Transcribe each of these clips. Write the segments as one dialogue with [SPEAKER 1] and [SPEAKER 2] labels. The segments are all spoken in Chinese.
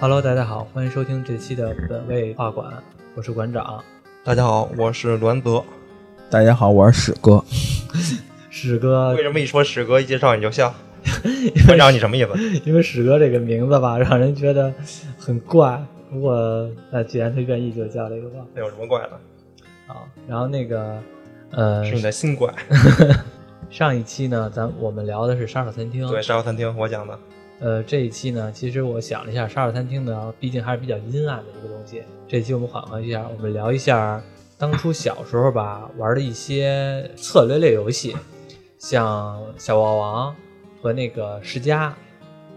[SPEAKER 1] Hello，大家好，欢迎收听这期的本位画馆，我是馆长。
[SPEAKER 2] 大家好，我是栾泽。
[SPEAKER 3] 大家好，我是史哥。
[SPEAKER 1] 史哥
[SPEAKER 2] 为，什么一说史哥一介绍你就 笑？馆长，你什么意思？
[SPEAKER 1] 因为史哥这个名字吧， 让人觉得很怪。不过，那既然他愿意，就叫这个吧。
[SPEAKER 2] 那有什么怪的？
[SPEAKER 1] 啊，然后那个，呃，
[SPEAKER 2] 是你的新怪。
[SPEAKER 3] 嗯
[SPEAKER 1] 上一期呢，咱我们聊的是杀手餐厅。
[SPEAKER 2] 对，沙发餐厅我讲的，
[SPEAKER 1] 呃，这一期呢，其实我想了一下，杀手餐厅呢，毕竟还是比较阴暗的一个东西。这期我们缓和一下，我们聊一下当初小时候吧玩的一些策略类游戏，像小霸王和那个世嘉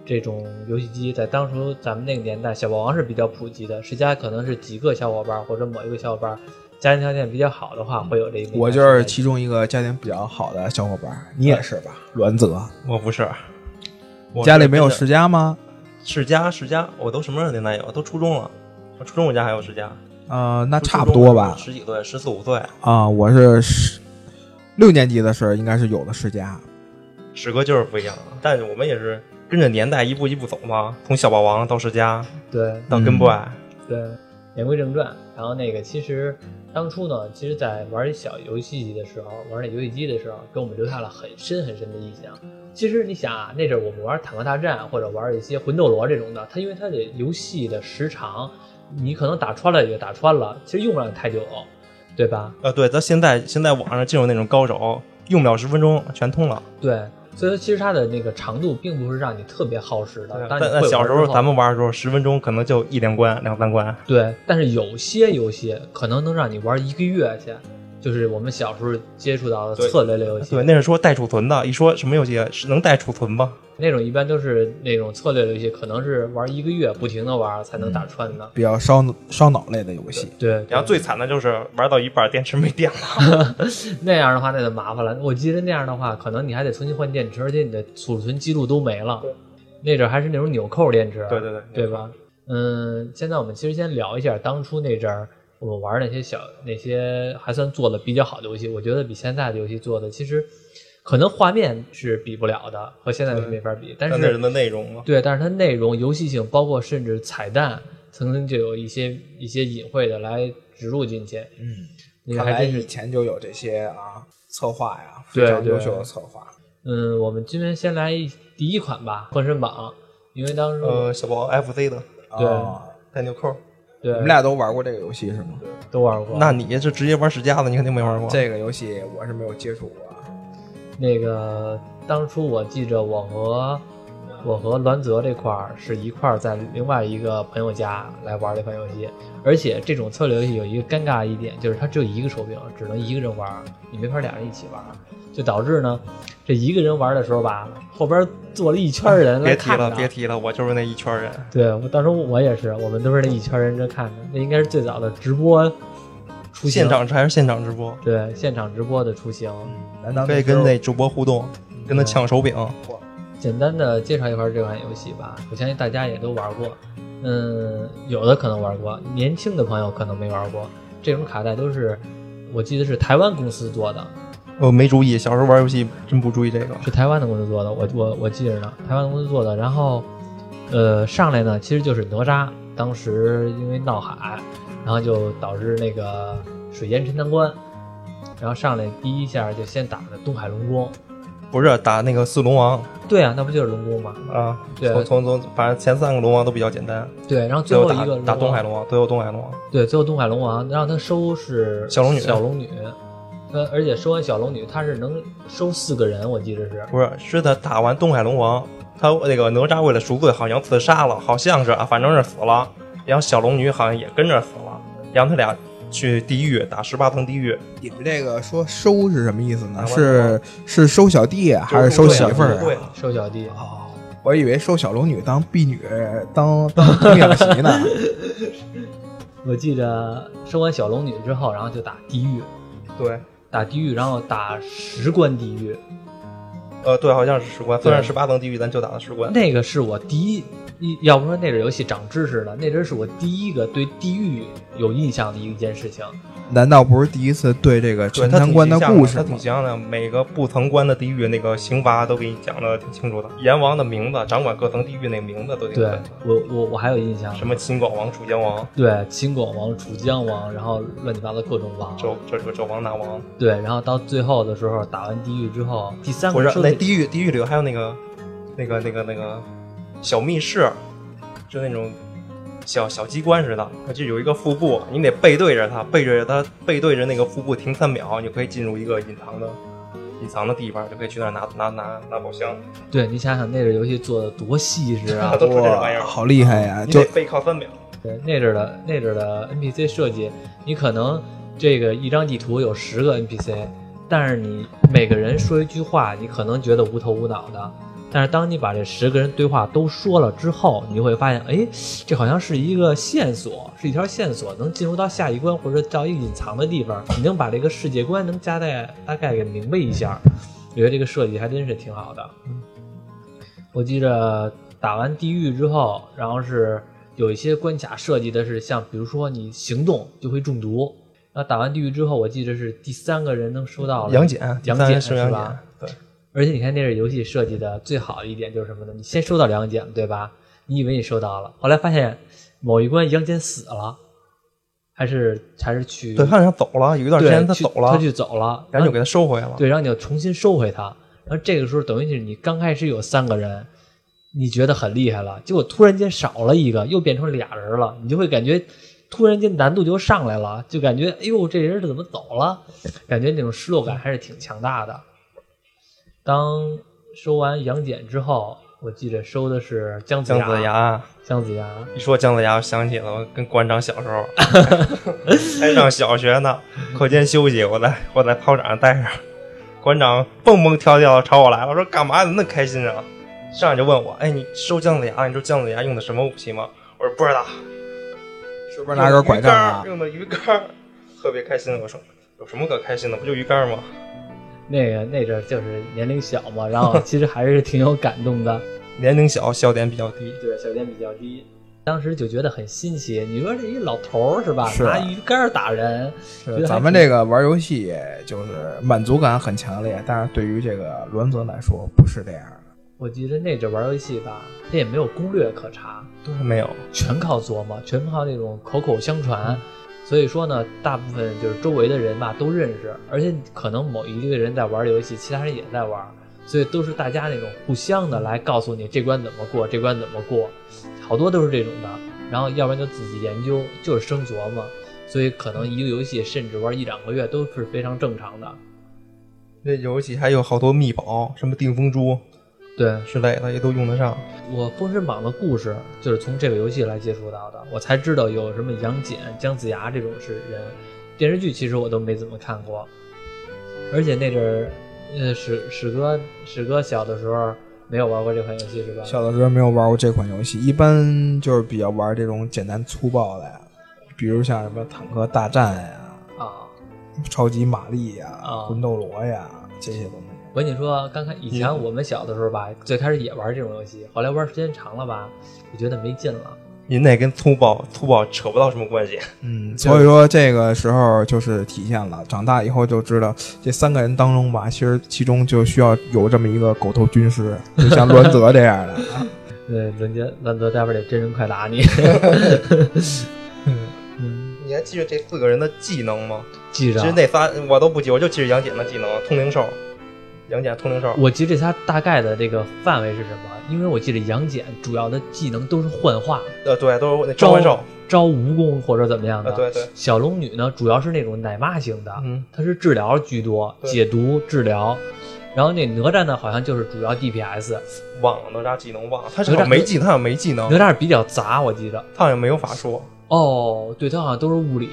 [SPEAKER 1] 这种游戏机，在当初咱们那个年代，小霸王是比较普及的，世嘉可能是几个小伙伴或者某一个小伙伴。家庭条件比较好的话，会有这个。
[SPEAKER 3] 我就是其中一个家庭比较好的小伙伴，你也是吧？栾泽，
[SPEAKER 2] 我不是。我是
[SPEAKER 3] 家里没有
[SPEAKER 2] 真的
[SPEAKER 3] 世家吗？
[SPEAKER 2] 世家，世家，我都什么时候年代有？都初中了，我初中我家还有世家，
[SPEAKER 3] 呃，那
[SPEAKER 2] 初
[SPEAKER 3] 差不多
[SPEAKER 2] 初中我
[SPEAKER 3] 吧。
[SPEAKER 2] 十几岁，十四五岁。
[SPEAKER 3] 啊、我是十六年级的时候，应该是有的世家。
[SPEAKER 2] 史哥就是不一样，但是我们也是跟着年代一步一步走嘛，从小霸王到世家，
[SPEAKER 1] 对，
[SPEAKER 2] 到
[SPEAKER 3] 嗯
[SPEAKER 2] 跟 boy，、
[SPEAKER 1] 对，言归正传，然后那个其实当初呢，其实在玩小游戏机的时候，玩那游戏机的时候，给我们留下了很深很深的印象。其实你想啊，那阵儿我们玩坦克大战或者玩一些魂斗罗这种的，它因为它的游戏的时长，你可能打穿了也就打穿了，其实用不了太久，对吧？
[SPEAKER 2] 呃，对，到现在现在网上进入那种高手，用不了十分钟全通了。
[SPEAKER 1] 对，所以说其实它的那个长度并不是让你特别耗时的。
[SPEAKER 2] 啊但
[SPEAKER 1] 你会
[SPEAKER 2] 但小
[SPEAKER 1] 玩
[SPEAKER 2] 时
[SPEAKER 1] 之
[SPEAKER 2] 候
[SPEAKER 1] 后
[SPEAKER 2] 咱们玩的时候，十分钟可能就一两关、两三关。
[SPEAKER 1] 对，但是有些游戏可能能让你玩一个月去，就是我们小时候接触到的
[SPEAKER 2] 对
[SPEAKER 1] 策略类游戏，
[SPEAKER 2] 对，那是说带储存的。一说什么游戏啊是能带储存吗？
[SPEAKER 1] 那种一般都是那种策略游戏，可能是玩一个月不停的玩才能打穿的。
[SPEAKER 3] 比较烧烧脑类的游戏。
[SPEAKER 1] 对，
[SPEAKER 2] 然后最惨的就是玩到一半电池没电了。
[SPEAKER 1] 那样的话那就麻烦了。我记得那样的话，可能你还得重新换电池，而且你的储存记录都没了。那阵儿还是那种纽扣电池。
[SPEAKER 2] 对对对
[SPEAKER 1] 对吧？嗯，现在我们其实先聊一下当初那阵儿我们玩那些小那些还算做的比较好的游戏，我觉得比现在的游戏做的其实可能画面是比不了的，和现在是没法比，但
[SPEAKER 2] 那
[SPEAKER 1] 是
[SPEAKER 2] 人的内容嘛，
[SPEAKER 1] 对，但是它内容、游戏性，包括甚至彩蛋，曾经就有一些一些隐晦的来植入进去。
[SPEAKER 3] 嗯，
[SPEAKER 1] 那个
[SPEAKER 3] 看
[SPEAKER 1] 还
[SPEAKER 3] 来
[SPEAKER 1] 真
[SPEAKER 3] 以
[SPEAKER 1] 是，
[SPEAKER 3] 前就有这些啊策划呀，非
[SPEAKER 1] 对
[SPEAKER 3] 常
[SPEAKER 1] 对
[SPEAKER 3] 优秀的策划。
[SPEAKER 1] 嗯，我们今天先来一第一款吧，《封神榜》，因为当时我、
[SPEAKER 2] 呃，小霸王 FC 的
[SPEAKER 1] 对
[SPEAKER 3] 哦
[SPEAKER 2] 带纽扣。
[SPEAKER 1] 对
[SPEAKER 3] 你们俩都玩过这个游戏是吗？
[SPEAKER 1] 都玩过。
[SPEAKER 2] 那你是直接玩世家的，你肯定没玩过。
[SPEAKER 3] 这个游戏我是没有接触过。
[SPEAKER 1] 那个当初我记着我和我和栾泽这块儿是一块儿在另外一个朋友家来玩这款游戏，而且这种策略游戏有一个尴尬一点，就是它只有一个手柄，只能一个人玩，你没法俩人一起玩，就导致呢，这一个人玩的时候吧，后边坐了一圈人来
[SPEAKER 2] 别提
[SPEAKER 1] 看
[SPEAKER 2] 了，
[SPEAKER 1] 着
[SPEAKER 2] 别提了，我就是那一圈人。
[SPEAKER 1] 对，我当时我也是，我们都是那一圈人在看着，那应该是最早的直播出行，
[SPEAKER 2] 现场嗯还是现场直播，
[SPEAKER 1] 对现场直播的出行。
[SPEAKER 3] 难道
[SPEAKER 2] 可以
[SPEAKER 3] 时
[SPEAKER 2] 跟
[SPEAKER 3] 候
[SPEAKER 2] 那嗯主播互动，跟他抢手柄。
[SPEAKER 1] 简单的介绍一块这款游戏吧，我相信大家也都玩过，嗯，有的可能玩过，年轻的朋友可能没玩过。这种卡带都是，我记得是台湾公司做的，
[SPEAKER 2] 我呃没注意，小时候玩游戏真不注意这个。
[SPEAKER 1] 是台湾的公司做的，我我我记着呢，台湾公司做的。然后，呃，上来呢其实就是哪吒，当时因为闹海，然后就导致那个水淹陈塘关，然后上来第一下就先打的东海龙宫，
[SPEAKER 2] 不是打那个四龙王
[SPEAKER 1] 对啊，那不就是龙宫吗？
[SPEAKER 2] 啊？
[SPEAKER 1] 对
[SPEAKER 2] 从从从，反正前三个龙王都比较简单，
[SPEAKER 1] 对，然后最
[SPEAKER 2] 最
[SPEAKER 1] 后
[SPEAKER 2] 后
[SPEAKER 1] 一个
[SPEAKER 2] 打打东
[SPEAKER 1] 龙
[SPEAKER 2] 海
[SPEAKER 1] 王
[SPEAKER 2] 龙王，最后东海龙王。
[SPEAKER 1] 对，最后东海龙王让他收是
[SPEAKER 2] 小龙女
[SPEAKER 1] 小龙女，呃，而且收完小龙女，他是能收四个人，我记得是。
[SPEAKER 2] 不是，是他打完东海龙王，他那个哪吒为了赎罪，好像自杀了，好像是啊，反正是死了。然后小龙女好像也跟着死了，然后他俩去地狱打十八层地狱，
[SPEAKER 3] 你们这个说收是什么意思呢？
[SPEAKER 2] 台湾
[SPEAKER 3] 是是收小弟啊还是收媳妇儿
[SPEAKER 2] 对
[SPEAKER 3] 啊？
[SPEAKER 1] 收小弟，
[SPEAKER 3] 哦，我以为收小龙女当婢女当当童养媳呢。
[SPEAKER 1] 我记得收完小龙女之后，然后就打地狱，
[SPEAKER 2] 对，
[SPEAKER 1] 打地狱，然后打十关地狱，
[SPEAKER 2] 呃，对，好像是士官，虽然
[SPEAKER 1] 对
[SPEAKER 2] 十八层地狱，咱就打的士官。
[SPEAKER 1] 那个是我第一，一要不说那阵游戏长知识了，那阵是我第一个对地狱有印象的一件事情。
[SPEAKER 3] 难道不是第一次对这个
[SPEAKER 2] 对
[SPEAKER 3] 陈
[SPEAKER 2] 他
[SPEAKER 3] 塘
[SPEAKER 2] 挺
[SPEAKER 3] 关的
[SPEAKER 2] 形象
[SPEAKER 3] 故事
[SPEAKER 2] 他
[SPEAKER 3] 吗
[SPEAKER 2] 挺？形象的。每个不层关的地狱那个刑罚都给你讲的挺清楚的，阎王的名字，掌管各层地狱那名字都挺清
[SPEAKER 1] 对
[SPEAKER 2] 楚
[SPEAKER 1] 我，我我还有印象，
[SPEAKER 2] 什么秦广王、楚江王、
[SPEAKER 1] 对秦广王、楚江王，然后乱七八糟各种王，
[SPEAKER 2] 纣这个纣王、大王，
[SPEAKER 1] 对，然后到最后的时候打完地狱之后，第三
[SPEAKER 2] 不
[SPEAKER 1] 个
[SPEAKER 2] 是
[SPEAKER 1] 说
[SPEAKER 2] 那
[SPEAKER 1] 的
[SPEAKER 2] 地狱地狱里还有那个那个那个那个小密室，就那种小小机关似的，就有一个腹部，你得背对着它，背对着它，背对着那个腹部停三秒，你就可以进入一个隐藏的隐藏的地方，就可以去那儿拿拿拿拿宝箱，！
[SPEAKER 1] 对你想想那阵游戏做的多细致啊
[SPEAKER 2] 都说这玩意儿，
[SPEAKER 3] 哇，
[SPEAKER 2] 嗯
[SPEAKER 3] 好厉害呀！
[SPEAKER 2] 你
[SPEAKER 3] 就
[SPEAKER 2] 得背靠三秒。
[SPEAKER 1] 对那阵儿的那阵儿的 NPC 设计，你可能这个一张地图有十个 NPC，但是你每个人说一句话，你可能觉得无头无脑的。但是当你把这十个人对话都说了之后，你会发现，哎，这好像是一个线索，是一条线索，能进入到下一关或者到一个隐藏的地方，你能把这个世界观能加在大概给明白一下。我觉得这个设计还真是挺好的。我记着打完地狱之后，然后是有一些关卡设计的是像，比如说你行动就会中毒。那打完地狱之后，我记得是第三个人能收到了
[SPEAKER 2] 杨戬，
[SPEAKER 1] 杨
[SPEAKER 2] 当然
[SPEAKER 1] 戬
[SPEAKER 2] 是
[SPEAKER 1] 是
[SPEAKER 2] 杨
[SPEAKER 1] 吧
[SPEAKER 2] 戬，对，
[SPEAKER 1] 而且你看那是游戏设计的最好的一点就是什么呢？你先收到两奖，对吧？你以为你收到了，后来发现某一关杨戬死了，还是还是去
[SPEAKER 2] 对，他好像走了，有一段时
[SPEAKER 1] 对
[SPEAKER 2] 间他
[SPEAKER 1] 去
[SPEAKER 2] 走了，
[SPEAKER 1] 他去走了，
[SPEAKER 2] 然后就给他收回来了。
[SPEAKER 1] 对，然后你要重新收回它。然后这个时候等于是你刚开始有三个人，你觉得很厉害了，结果突然间少了一个，又变成俩人了，你就会感觉突然间难度就上来了，就感觉哎呦这人怎么走了？感觉那种失落感还是挺强大的。当收完杨戬之后，我记得收的是姜子
[SPEAKER 2] 姜
[SPEAKER 1] 牙，啊
[SPEAKER 2] 子牙，啊
[SPEAKER 1] 姜子牙，
[SPEAKER 2] 一说姜子牙，我想起了我跟馆长小时候，还上小学呢，课间休息，我在我在操场上待着，馆长蹦蹦跳跳朝我来，我说干嘛呢？那么开心啊！上来就问我，哎，你收姜子牙，你知道姜子牙用的什么武器吗？我说不知道，
[SPEAKER 3] 是不是拿根拐杖啊
[SPEAKER 2] 鱼竿？用的鱼竿，特别开心。我说有什么可开心的？不就鱼竿吗？
[SPEAKER 1] 那个那阵儿就是年龄小嘛，然后其实还是挺有感动的。
[SPEAKER 2] 年龄小，笑点比较低。
[SPEAKER 1] 对，小点比较低。当时就觉得很新奇，你说这一老头儿是吧？
[SPEAKER 3] 是
[SPEAKER 1] 拿鱼竿儿打人，
[SPEAKER 3] 是
[SPEAKER 1] 觉得还
[SPEAKER 3] 咱们这个玩游戏，就是满足感很强烈，但是对于这个栾泽来说不是这样的。
[SPEAKER 1] 我记得那阵玩游戏吧，他也没有攻略可查，
[SPEAKER 2] 对，没有。
[SPEAKER 1] 全靠琢磨，全靠那种口口相传。所以说呢，大部分就是周围的人吧都认识，而且可能某一个人在玩游戏，其他人也在玩，所以都是大家那种互相的来告诉你这关怎么过，这关怎么过，好多都是这种的。然后要不然就自己研究，就是生琢磨。所以可能一个游戏甚至玩一两个月都是非常正常的。
[SPEAKER 2] 这游戏还有好多秘宝，什么定风珠
[SPEAKER 1] 对，
[SPEAKER 2] 之类的，也都用得上。
[SPEAKER 1] 我《封神榜》的故事就是从这个游戏来接触到的，我才知道有什么杨戬、姜子牙这种是人。电视剧其实我都没怎么看过，而且那阵儿，呃，史史哥史哥小的时候没有玩过这款游戏是吧？
[SPEAKER 3] 小的时候没有玩过这款游戏，一般就是比较玩这种简单粗暴的呀，比如像什么坦克大战呀、
[SPEAKER 1] 啊，
[SPEAKER 3] 超级玛丽呀、
[SPEAKER 1] 啊
[SPEAKER 3] 魂斗罗呀这些东西。
[SPEAKER 1] 我跟你说，刚开以前我们小的时候吧，最开始也玩这种游戏，后来玩时间长了吧，就觉得没劲了。
[SPEAKER 2] 您那跟粗暴粗暴扯不到什么关系。
[SPEAKER 3] 嗯，
[SPEAKER 1] 就
[SPEAKER 3] 所以说这个时候就是体现了，长大以后就知道这三个人当中吧，其实其中就需要有这么一个狗头军师，就像栾泽这 样的。啊
[SPEAKER 1] 对，伦杰乱泽待会儿得真人快打你。 嗯，
[SPEAKER 2] 你还记得这四个人的技能吗？
[SPEAKER 1] 记
[SPEAKER 2] 其
[SPEAKER 1] 着啊
[SPEAKER 2] 实。那仨我都不记，我就记着杨戬的技能，通灵兽。杨戬通灵兽，
[SPEAKER 1] 我记得它大概的这个范围是什么？因为我记得杨戬主要的技能都是幻化，
[SPEAKER 2] 呃，对，都是那召
[SPEAKER 1] 招
[SPEAKER 2] 唤兽。
[SPEAKER 1] 招蜈蚣或者怎么样的。
[SPEAKER 2] 呃，对对，
[SPEAKER 1] 小龙女呢，主要是那种奶妈型的，
[SPEAKER 2] 嗯，
[SPEAKER 1] 它是治疗居多，
[SPEAKER 2] 对
[SPEAKER 1] 解毒治疗。然后那哪吒呢，好像就是主要 DPS。
[SPEAKER 2] 忘了哪吒技能忘了，他是
[SPEAKER 1] 哪吒
[SPEAKER 2] 好像没技，他好像没技能
[SPEAKER 1] 哪，吒比较杂，我记得。
[SPEAKER 2] 他好像没有法术，
[SPEAKER 1] 哦，对，他好像都是物理。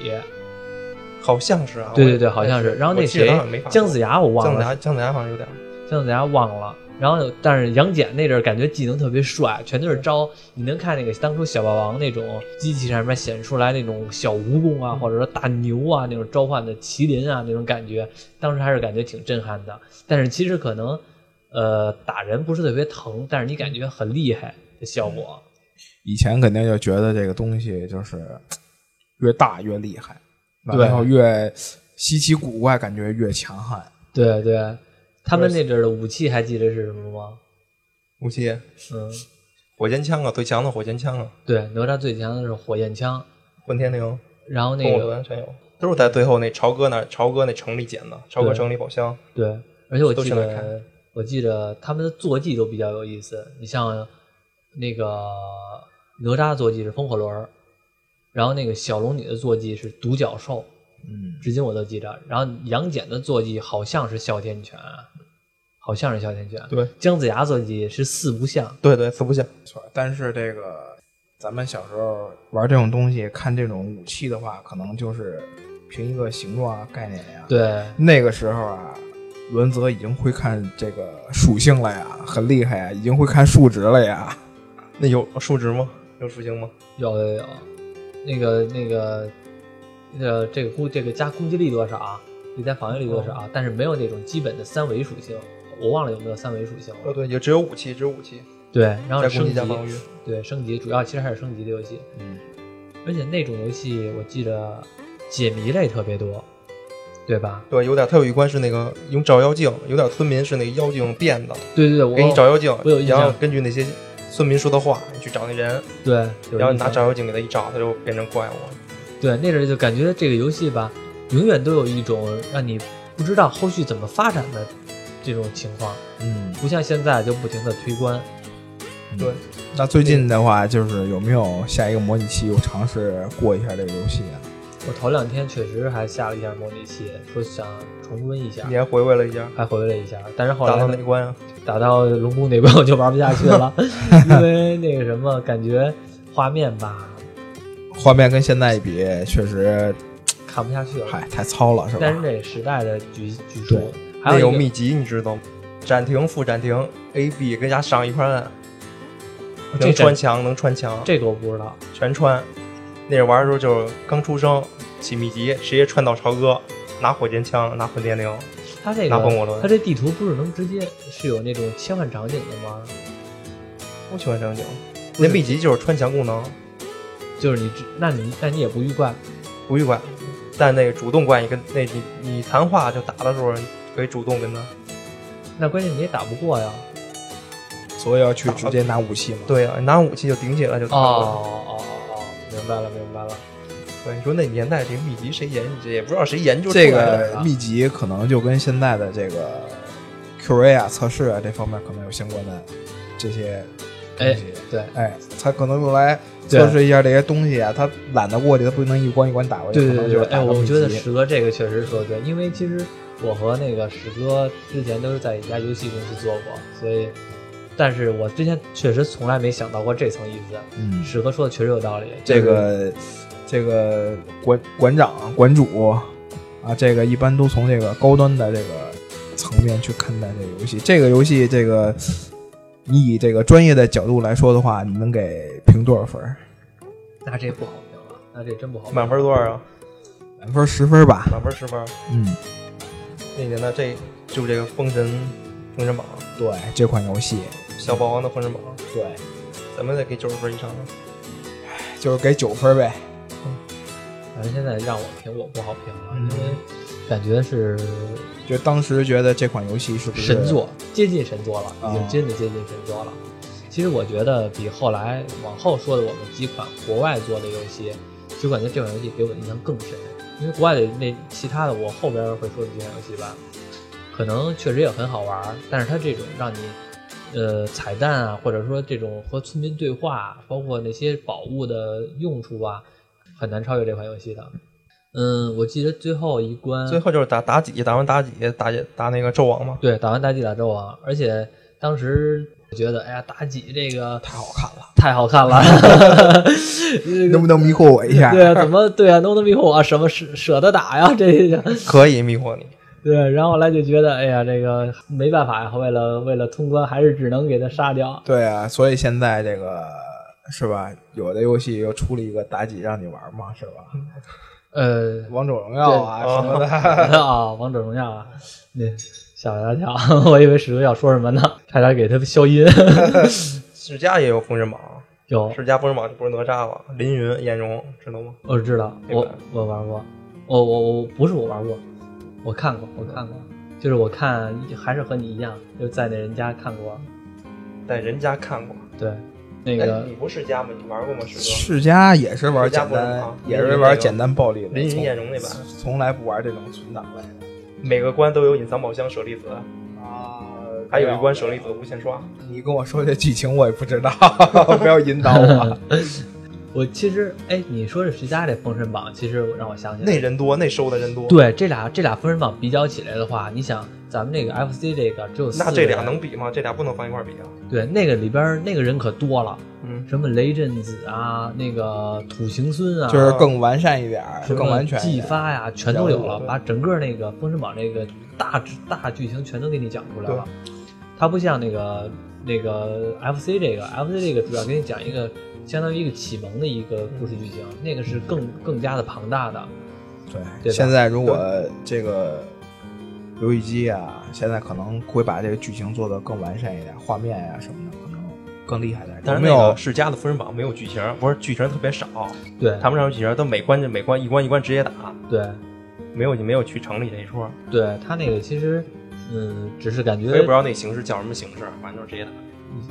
[SPEAKER 2] 好像是啊。
[SPEAKER 1] 对
[SPEAKER 2] 我
[SPEAKER 1] 对对，好像是。然后那
[SPEAKER 2] 我记得他
[SPEAKER 1] 谁
[SPEAKER 2] 好像没法，术
[SPEAKER 1] 姜子牙我忘
[SPEAKER 2] 姜子
[SPEAKER 1] 了，
[SPEAKER 2] 牙，姜子牙好像有点儿。
[SPEAKER 1] 姜子牙忘了。然后，但是杨戬那阵儿感觉技能特别帅，全都是招。你能看那个当初小霸王那种机器上面显示出来那种小蜈蚣啊，或者说大牛啊那种召唤的麒麟啊那种感觉，当时还是感觉挺震撼的。但是其实可能，呃，打人不是特别疼，但是你感觉很厉害的效果。
[SPEAKER 3] 以前肯定就觉得这个东西就是越大越厉害，
[SPEAKER 1] 对
[SPEAKER 3] 然后越稀奇古怪，感觉越强悍。
[SPEAKER 1] 对对，他们那阵儿的武器还记得是什么吗？
[SPEAKER 2] 武器
[SPEAKER 1] 嗯，
[SPEAKER 2] 火箭枪啊，最强的火箭枪啊，
[SPEAKER 1] 对，哪吒最强的是火焰枪，
[SPEAKER 2] 混天绫、
[SPEAKER 1] 然后
[SPEAKER 2] 动
[SPEAKER 1] 那
[SPEAKER 2] 物
[SPEAKER 1] 个
[SPEAKER 2] 团全有，都是在最后那朝哥那朝哥那城里捡的，朝哥
[SPEAKER 1] 对
[SPEAKER 2] 城里宝箱。
[SPEAKER 1] 对，而且我
[SPEAKER 2] 都
[SPEAKER 1] 记
[SPEAKER 2] 是来看
[SPEAKER 1] 得我记得他们的坐骑都比较有意思。你像那个哪吒坐骑是风火轮儿，然后那个小龙女的坐骑是独角兽，
[SPEAKER 3] 嗯，
[SPEAKER 1] 至今我都记着。然后杨戬的坐骑好像是哮天犬，好像是哮天犬。
[SPEAKER 2] 对，
[SPEAKER 1] 姜子牙坐骑是四不像。
[SPEAKER 2] 对对，四不像。
[SPEAKER 3] 没错。但是这个咱们小时候玩这种东西，看这种武器的话，可能就是凭一个形状啊、概念呀、
[SPEAKER 1] 对，
[SPEAKER 3] 那个时候啊，伦泽已经会看这个属性了呀，很厉害呀，已经会看数值了呀。
[SPEAKER 2] 那有数值吗？有属性吗？
[SPEAKER 1] 有有有，那个那个，呃，这个攻这个加攻击力多少啊，你加防御力多少啊，
[SPEAKER 2] 哦
[SPEAKER 1] 但是没有那种基本的三维属性，我忘了有没有三维属性了。
[SPEAKER 2] 哦，对，也只有武器，只有武器，
[SPEAKER 1] 对，然后
[SPEAKER 2] 再攻
[SPEAKER 1] 升
[SPEAKER 2] 击
[SPEAKER 1] 级
[SPEAKER 2] 加，防御。
[SPEAKER 1] 对升级主要其实还是升级的游戏，
[SPEAKER 3] 嗯，
[SPEAKER 1] 而且那种游戏我记得解谜类特别多，对吧？
[SPEAKER 2] 对，有点，它有一关是那个用照妖镜，有点村民是那个妖精变的，
[SPEAKER 1] 对对对，我
[SPEAKER 2] 给你照妖镜
[SPEAKER 1] 我有，印象
[SPEAKER 2] 然后根据那些村民说的话，你去找那人，
[SPEAKER 1] 对，有
[SPEAKER 2] 然后
[SPEAKER 1] 印
[SPEAKER 2] 你拿
[SPEAKER 1] 象
[SPEAKER 2] 照妖镜给他一照，他就变成怪物了。
[SPEAKER 1] 对，那阵儿就感觉这个游戏吧，永远都有一种让你不知道后续怎么发展的这种情况，
[SPEAKER 3] 嗯，
[SPEAKER 1] 不像现在就不停的推关。嗯
[SPEAKER 2] 对，
[SPEAKER 3] 那最近的话，就是有没有下一个模拟器又尝试过一下这个游戏啊？
[SPEAKER 1] 我头两天确实还下了一下模拟器，说想重温一下
[SPEAKER 2] 你，还回味了一下，
[SPEAKER 1] 还回味了一下，但是后来
[SPEAKER 2] 打到哪一关啊？
[SPEAKER 1] 打到龙宫那边我就玩不下去了，因为那个什么感觉画面吧
[SPEAKER 3] 画面跟现在一比，确实，
[SPEAKER 1] 看不下去了，
[SPEAKER 3] 嗨，太糙了，是吧？
[SPEAKER 1] 但是这时代的局局促
[SPEAKER 3] 对，
[SPEAKER 1] 还
[SPEAKER 2] 那
[SPEAKER 1] 有
[SPEAKER 2] 有
[SPEAKER 1] 一个
[SPEAKER 2] 秘籍，你知道吗？暂停、副暂停，A、B 跟家上一块按，
[SPEAKER 1] 这
[SPEAKER 2] 能
[SPEAKER 1] 这
[SPEAKER 2] 穿墙，能穿墙，
[SPEAKER 1] 这个我不知道，
[SPEAKER 2] 全穿。那玩的时候就是刚出生，起秘籍，谁也穿到朝歌，拿火箭枪，拿混天绫，
[SPEAKER 1] 它这
[SPEAKER 2] 拿风
[SPEAKER 1] 个
[SPEAKER 2] 火轮
[SPEAKER 1] 它。这地图不是能直接是有那种切换场景的吗？
[SPEAKER 2] 不喜欢场景，那秘籍就是穿墙功能，
[SPEAKER 1] 就是你只，那你那你也不遇怪，
[SPEAKER 2] 不遇怪。但那个主动怪，你跟那你你谈话就打的时候，你可以主动跟他。
[SPEAKER 1] 那关键你也打不过呀。
[SPEAKER 3] 所以要去直接拿武器嘛。，
[SPEAKER 2] 对啊呀、你拿武器就顶起来就打
[SPEAKER 1] 哦
[SPEAKER 2] 了。
[SPEAKER 1] 哦哦哦，明白了明白了。
[SPEAKER 2] 对，你说那年代这个秘籍谁研究，也不知道谁研究
[SPEAKER 3] 这
[SPEAKER 2] 出来的
[SPEAKER 3] 个秘籍可能就跟现在的这个 QA 啊、测试啊这方面可能有相关的这些东
[SPEAKER 1] 哎
[SPEAKER 3] 西。，
[SPEAKER 1] 对
[SPEAKER 3] 哎，它可能用来测试一下这些东西啊，它懒得过去，它不能一关一关打过去，
[SPEAKER 1] 对
[SPEAKER 3] 可
[SPEAKER 1] 对
[SPEAKER 3] 能
[SPEAKER 1] 对
[SPEAKER 3] 就是
[SPEAKER 1] 对，
[SPEAKER 3] 打
[SPEAKER 1] 哎，
[SPEAKER 3] 个
[SPEAKER 1] 我
[SPEAKER 3] 秘
[SPEAKER 1] 觉得
[SPEAKER 3] 籍。
[SPEAKER 1] 史哥这个确实说的对，因为其实我和那个史哥之前都是在一家游戏公司做过，所以，但是我之前确实从来没想到过这层意思。
[SPEAKER 3] 嗯，
[SPEAKER 1] 史哥说的确实有道理，
[SPEAKER 3] 这
[SPEAKER 1] 就是
[SPEAKER 3] 个这个馆馆长、馆主啊，这个一般都从这个高端的这个层面去看待这个游戏。这个游戏，这个你以这个专业的角度来说的话，你能给评多少分儿？
[SPEAKER 1] 那这不好评了，那这真不好评。
[SPEAKER 2] 满分多少啊？
[SPEAKER 3] 满分十分吧。
[SPEAKER 2] 满分十分。
[SPEAKER 3] 嗯，
[SPEAKER 2] 那年代这就这个《封神》《封神榜
[SPEAKER 3] 对这款游戏，》
[SPEAKER 2] 小霸王的《封神榜
[SPEAKER 3] 对，》，
[SPEAKER 2] 咱们得给九十分以上的。
[SPEAKER 3] 就是给九分呗。
[SPEAKER 1] 反正现在让我评，我不好评了，
[SPEAKER 3] 嗯
[SPEAKER 1] 因为感觉是
[SPEAKER 3] 就当时觉得这款游戏是不是
[SPEAKER 1] 神？作，接近神作了，已
[SPEAKER 3] 啊
[SPEAKER 1] 经真的接近神作了。其实我觉得比后来往后说的我们几款国外做的游戏，就感觉这款游戏给我的印象更深。因为国外的那其他的，我后边会说的几款游戏吧，可能确实也很好玩儿，但是它这种让你，呃，彩蛋啊，或者说这种和村民对话啊，包括那些宝物的用处啊，很难超越这款游戏的。嗯，我记得最后一关，
[SPEAKER 2] 最后就是打妲己，打完妲己打打那个纣王嘛。
[SPEAKER 1] 对，打完妲己打纣王，而且当时我觉得，哎呀，妲己这个
[SPEAKER 3] 太好看了，
[SPEAKER 1] 太好看了，
[SPEAKER 3] 能不能迷惑我一下？
[SPEAKER 1] 对啊，怎么对啊，能不能迷惑我啊？什么舍舍得打呀？这个
[SPEAKER 2] 可以迷惑你。
[SPEAKER 1] 对，然后后来就觉得，哎呀，这个没办法呀，为了为了通关，还是只能给他杀掉。
[SPEAKER 3] 对啊，所以现在这个是吧？有的游戏又出了一个妲己让你玩嘛，是吧？
[SPEAKER 1] 呃，
[SPEAKER 3] 王者荣耀
[SPEAKER 2] 嗯
[SPEAKER 3] 啊
[SPEAKER 2] 对哦
[SPEAKER 3] 什么的，
[SPEAKER 1] 啊，王者荣耀啊，那吓我一大跳， 我以为史哥要说什么呢，差点给他消音。
[SPEAKER 2] 世嘉也有封神榜，
[SPEAKER 1] 有，
[SPEAKER 2] 世嘉封神榜就不是哪吒了，凌云、颜容知道吗？
[SPEAKER 1] 我呃知道，
[SPEAKER 2] 对
[SPEAKER 1] 我
[SPEAKER 2] 吧
[SPEAKER 1] 我玩过，我我我不是我玩过，我看过，我看过，就是我看还是和你一样，就在那人家看过，
[SPEAKER 2] 在人家看过。
[SPEAKER 1] 对，那
[SPEAKER 2] 那
[SPEAKER 1] 个
[SPEAKER 2] 你不世嘉吗？你玩过吗，史哥？
[SPEAKER 3] 世嘉也是玩
[SPEAKER 2] 世嘉
[SPEAKER 3] 简
[SPEAKER 2] 不是
[SPEAKER 3] 单
[SPEAKER 2] 啊，
[SPEAKER 3] 也是玩简单暴力的，
[SPEAKER 2] 凌云
[SPEAKER 3] 从
[SPEAKER 2] 艳荣那版，
[SPEAKER 3] 从来不玩这种存档类的。
[SPEAKER 2] 每个关都有隐藏宝箱舍利子，
[SPEAKER 3] 啊，
[SPEAKER 2] 还有一关舍利子无限刷。
[SPEAKER 3] 你跟我说这剧情我也不知道， 不要引导 我。
[SPEAKER 1] 我其实哎，你说这徐佳这封神榜，其实让我想起来
[SPEAKER 2] 那人多，那收的人多。，
[SPEAKER 1] 对这俩这俩封神榜比较起来的话，你想咱们这个 FC 这个只有四
[SPEAKER 2] 那
[SPEAKER 1] 个
[SPEAKER 2] 这俩
[SPEAKER 1] 人
[SPEAKER 2] 能比吗？这俩不能放一块儿比啊。
[SPEAKER 1] 对那个里边儿那个人可多了，
[SPEAKER 2] 嗯，
[SPEAKER 1] 什么雷震子啊，那个土行孙啊，
[SPEAKER 3] 就是更完善一点儿，
[SPEAKER 1] 什么
[SPEAKER 3] 更完全一
[SPEAKER 1] 技
[SPEAKER 3] 点儿。
[SPEAKER 1] 发呀、
[SPEAKER 2] 嗯
[SPEAKER 1] 全都有了，
[SPEAKER 2] 对
[SPEAKER 1] 把整个那个《封神榜》这个大大剧情全都给你讲出来了。它不像那个那个 FC 这个 FC 这个主要给你讲一个相当于一个启蒙的一个故事剧情，
[SPEAKER 2] 嗯
[SPEAKER 1] 那个是更更加的庞大的。对
[SPEAKER 3] 对，
[SPEAKER 1] 吧
[SPEAKER 3] 现在如果这个游戏机啊，现在可能会把这个剧情做得更完善一点，画面呀、什么的可能更厉害点。
[SPEAKER 2] 但
[SPEAKER 3] 有
[SPEAKER 2] 是
[SPEAKER 3] 没
[SPEAKER 2] 那
[SPEAKER 3] 有
[SPEAKER 2] 个世嘉的封神榜没有剧情，不是剧情特别少，
[SPEAKER 1] 对，
[SPEAKER 2] 谈不上剧情，都每关就每关一关一关直接打，
[SPEAKER 1] 对
[SPEAKER 2] 没有没有去城里这一说。
[SPEAKER 1] 对，它那个其实嗯，只是感
[SPEAKER 2] 我也
[SPEAKER 1] 觉
[SPEAKER 2] 不知道那形式叫什么形式，反正就是直接打。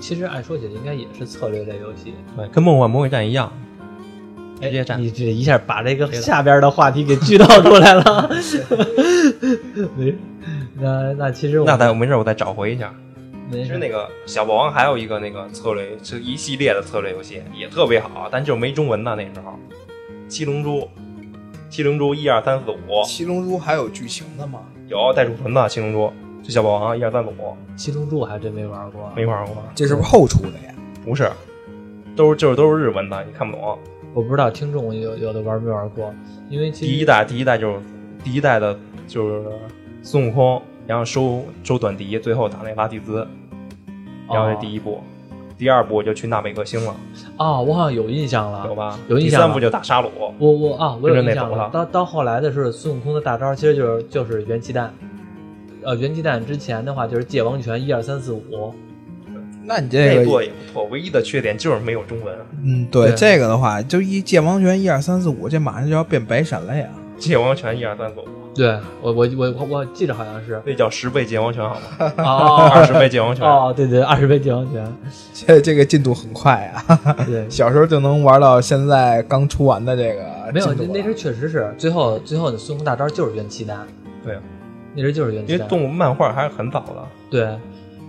[SPEAKER 1] 其实按说起来应该也是策略类游戏。
[SPEAKER 2] 对，跟梦幻魔鬼战一样，直接
[SPEAKER 1] 哎
[SPEAKER 2] 战。
[SPEAKER 1] 你这一下把这个下边的话题给剧透出来 了。 没，那那其实我
[SPEAKER 2] 那咱没事，我再找回一下。
[SPEAKER 1] 没
[SPEAKER 2] 其
[SPEAKER 1] 事
[SPEAKER 2] 实那个小霸王还有一个那个策略，是一系列的策略游戏也特别好，但就是没中文呢。那时候，七龙珠，七龙珠一二三四五
[SPEAKER 3] 七龙珠还有剧情的吗？
[SPEAKER 2] 有带储存的七龙珠，就小霸王一二三四五
[SPEAKER 1] 七龙珠我还真没玩过，
[SPEAKER 2] 没玩过，
[SPEAKER 3] 这是不是后出的呀？
[SPEAKER 2] 不是，都是就是都是日文的，你看不懂。
[SPEAKER 1] 我不知道听众有有的玩没玩过，因为其实
[SPEAKER 2] 第一代第一代就是第一代的就是孙悟空，然后收收短笛，最后打那拉蒂兹，然后这第一部，第二部就去纳美克星了，
[SPEAKER 1] 哦，我好像有印象
[SPEAKER 2] 有
[SPEAKER 1] 了，
[SPEAKER 2] 吧？
[SPEAKER 1] 啊有印
[SPEAKER 2] 第
[SPEAKER 1] 象
[SPEAKER 2] 三
[SPEAKER 1] 了
[SPEAKER 2] 部就打沙鲁。
[SPEAKER 1] 我我啊，我有
[SPEAKER 2] 跟着
[SPEAKER 1] 印
[SPEAKER 2] 那
[SPEAKER 1] 象
[SPEAKER 2] 走
[SPEAKER 1] 了
[SPEAKER 2] 了。
[SPEAKER 1] 到到后来的是孙悟空的大招，其实就是就是元气弹，呃，元气弹之前的话就是界王拳一二三四五，
[SPEAKER 3] 那你
[SPEAKER 2] 那
[SPEAKER 3] 这
[SPEAKER 2] 做
[SPEAKER 3] 个，
[SPEAKER 2] 也不错，唯一的缺点就是没有中文。
[SPEAKER 3] 嗯，对
[SPEAKER 1] 对
[SPEAKER 3] 这个的话，就一界王拳一二三四五，这马上就要变白闪了呀。
[SPEAKER 2] 界王拳一二三四五，
[SPEAKER 1] 对我我我我我记着好像 是
[SPEAKER 2] 那叫十倍界王拳好吗？
[SPEAKER 1] 哦
[SPEAKER 2] 二十倍界王拳，
[SPEAKER 1] 哦对对，二十倍界王拳，
[SPEAKER 3] 这这个进度很快啊，
[SPEAKER 1] 对，
[SPEAKER 3] 小时候就能玩到现在刚出完的这个
[SPEAKER 1] 没有
[SPEAKER 3] 进度
[SPEAKER 1] 那
[SPEAKER 3] 了
[SPEAKER 1] 那时候确实是最后最后你孙悟空大招就是元气弹，
[SPEAKER 2] 对啊，
[SPEAKER 1] 那时候就是元
[SPEAKER 2] 因
[SPEAKER 1] 气
[SPEAKER 2] 为
[SPEAKER 1] 弹，
[SPEAKER 2] 动物漫画还是很早的，
[SPEAKER 1] 对，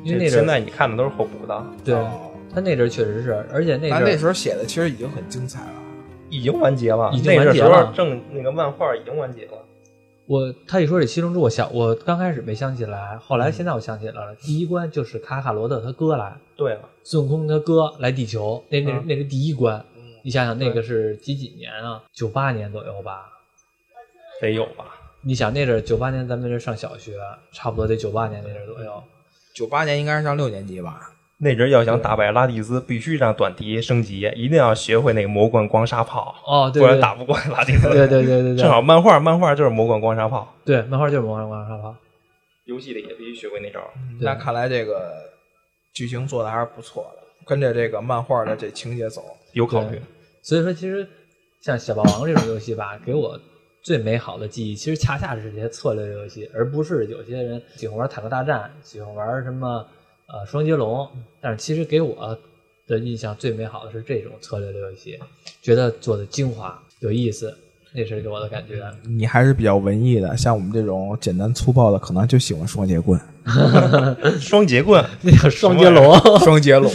[SPEAKER 1] 因为那
[SPEAKER 2] 这
[SPEAKER 1] 阵
[SPEAKER 2] 现
[SPEAKER 1] 儿
[SPEAKER 2] 在你看的都是后补的，
[SPEAKER 1] 对
[SPEAKER 3] 哦
[SPEAKER 1] 他那阵儿确实是，而且那
[SPEAKER 3] 那
[SPEAKER 1] 阵儿
[SPEAKER 3] 那时候写的其实已经很精彩了。
[SPEAKER 2] 已经完结了，
[SPEAKER 1] 已经
[SPEAKER 2] 那
[SPEAKER 1] 完
[SPEAKER 2] 个
[SPEAKER 1] 结
[SPEAKER 2] 时
[SPEAKER 1] 了
[SPEAKER 2] 候正那个漫画已经完结了。
[SPEAKER 1] 我他一说这七龙珠，我想我刚开始没想起来，后来现在我想起来了。第一关就是卡卡罗特他哥来，
[SPEAKER 2] 对啊，
[SPEAKER 1] 孙悟空他哥来地球，那那
[SPEAKER 2] 嗯
[SPEAKER 1] 那是第一关。
[SPEAKER 3] 嗯，
[SPEAKER 1] 你想想那个是几几年啊？九八年左右吧。
[SPEAKER 2] 得有吧？
[SPEAKER 1] 你想那阵儿九八年咱们这上小学，差不多得九八年那阵儿左右。
[SPEAKER 3] 九八年应该是上六年级吧？
[SPEAKER 2] 那人要想打败拉蒂兹，必须让短笛升级，一定要学会那个魔罐光沙炮，
[SPEAKER 1] 哦，对
[SPEAKER 2] 不然
[SPEAKER 1] 对
[SPEAKER 2] 打不过拉蒂兹。
[SPEAKER 1] 对对对对对
[SPEAKER 2] 正
[SPEAKER 1] 对，
[SPEAKER 2] 好漫画漫画就是魔罐光沙炮，
[SPEAKER 1] 对漫画就是魔幻光沙炮。
[SPEAKER 2] 游戏里也必须学会那招。
[SPEAKER 1] 对
[SPEAKER 3] 那看来这个剧情做的还是不错的，跟着这个漫画的这情节走。
[SPEAKER 2] 有考虑，
[SPEAKER 1] 所以说，其实像小霸王这种游戏吧，给我最美好的记忆，其实恰恰是这些策略类游戏，而不是有些人喜欢玩坦克大战，喜欢玩什么呃双截龙。但是其实给我的印象最美好的是这种策略类游戏，觉得做的精华有意思，那是给我的感觉。啊
[SPEAKER 3] 你还是比较文艺的，像我们这种简单粗暴的，可能就喜欢双截 棍、
[SPEAKER 2] 双截棍，
[SPEAKER 1] 那个双截龙，
[SPEAKER 3] 双截龙、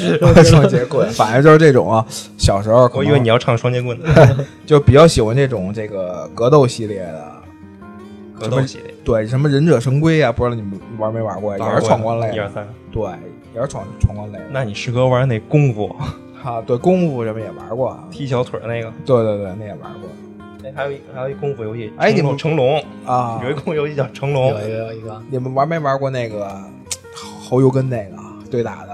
[SPEAKER 3] 双截棍， 反正就是这种啊。小时候可
[SPEAKER 2] 我以为你
[SPEAKER 3] 能
[SPEAKER 2] 要唱双截棍呢，
[SPEAKER 3] 就比较喜欢这种这个格斗系列的，
[SPEAKER 2] 格斗系列，
[SPEAKER 3] 对，什么忍者神龟啊，不知道你们玩没玩过，也是闯关类
[SPEAKER 2] 一二
[SPEAKER 3] 的，
[SPEAKER 2] 三。
[SPEAKER 3] 对，也是闯闯关类的。
[SPEAKER 2] 那你适合玩那功夫，
[SPEAKER 3] 啊，对，功夫什么也玩过啊，
[SPEAKER 2] 踢小腿儿那个。
[SPEAKER 3] 对对对，那也玩过。
[SPEAKER 2] 哎，还有一还有一功夫游戏，
[SPEAKER 3] 哎你们
[SPEAKER 2] 成龙
[SPEAKER 3] 啊
[SPEAKER 2] 有一功夫游戏叫成龙
[SPEAKER 1] 有，一个有一个
[SPEAKER 3] 你们玩没玩过那个侯油跟那个对打的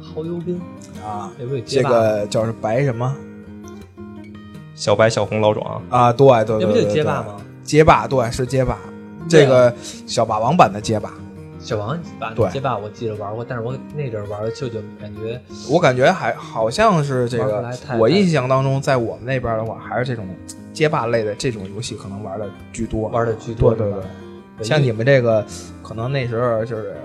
[SPEAKER 1] 耗油兵，
[SPEAKER 3] 啊？
[SPEAKER 1] 哎不对，
[SPEAKER 3] 这
[SPEAKER 1] 街霸
[SPEAKER 3] 个叫是白什么
[SPEAKER 2] 小白、小红、老壮，
[SPEAKER 3] 啊？对对对
[SPEAKER 1] 那不就
[SPEAKER 3] 对对
[SPEAKER 1] 是街霸吗？啊
[SPEAKER 3] 街霸对是街霸，这个小霸王版的街霸，
[SPEAKER 1] 小王把
[SPEAKER 3] 对
[SPEAKER 1] 街霸我记得玩过，但是我那阵儿玩的舅舅感觉
[SPEAKER 3] 我感觉还好像是这
[SPEAKER 1] 玩不
[SPEAKER 3] 个
[SPEAKER 1] 来太，
[SPEAKER 3] 我印象当中，在我们那边的话，还是这种街霸类的这种游戏可能玩的居多。
[SPEAKER 1] 玩的居多，
[SPEAKER 3] 对对
[SPEAKER 1] 是吧
[SPEAKER 3] 对，像你们这个，可能那时候就是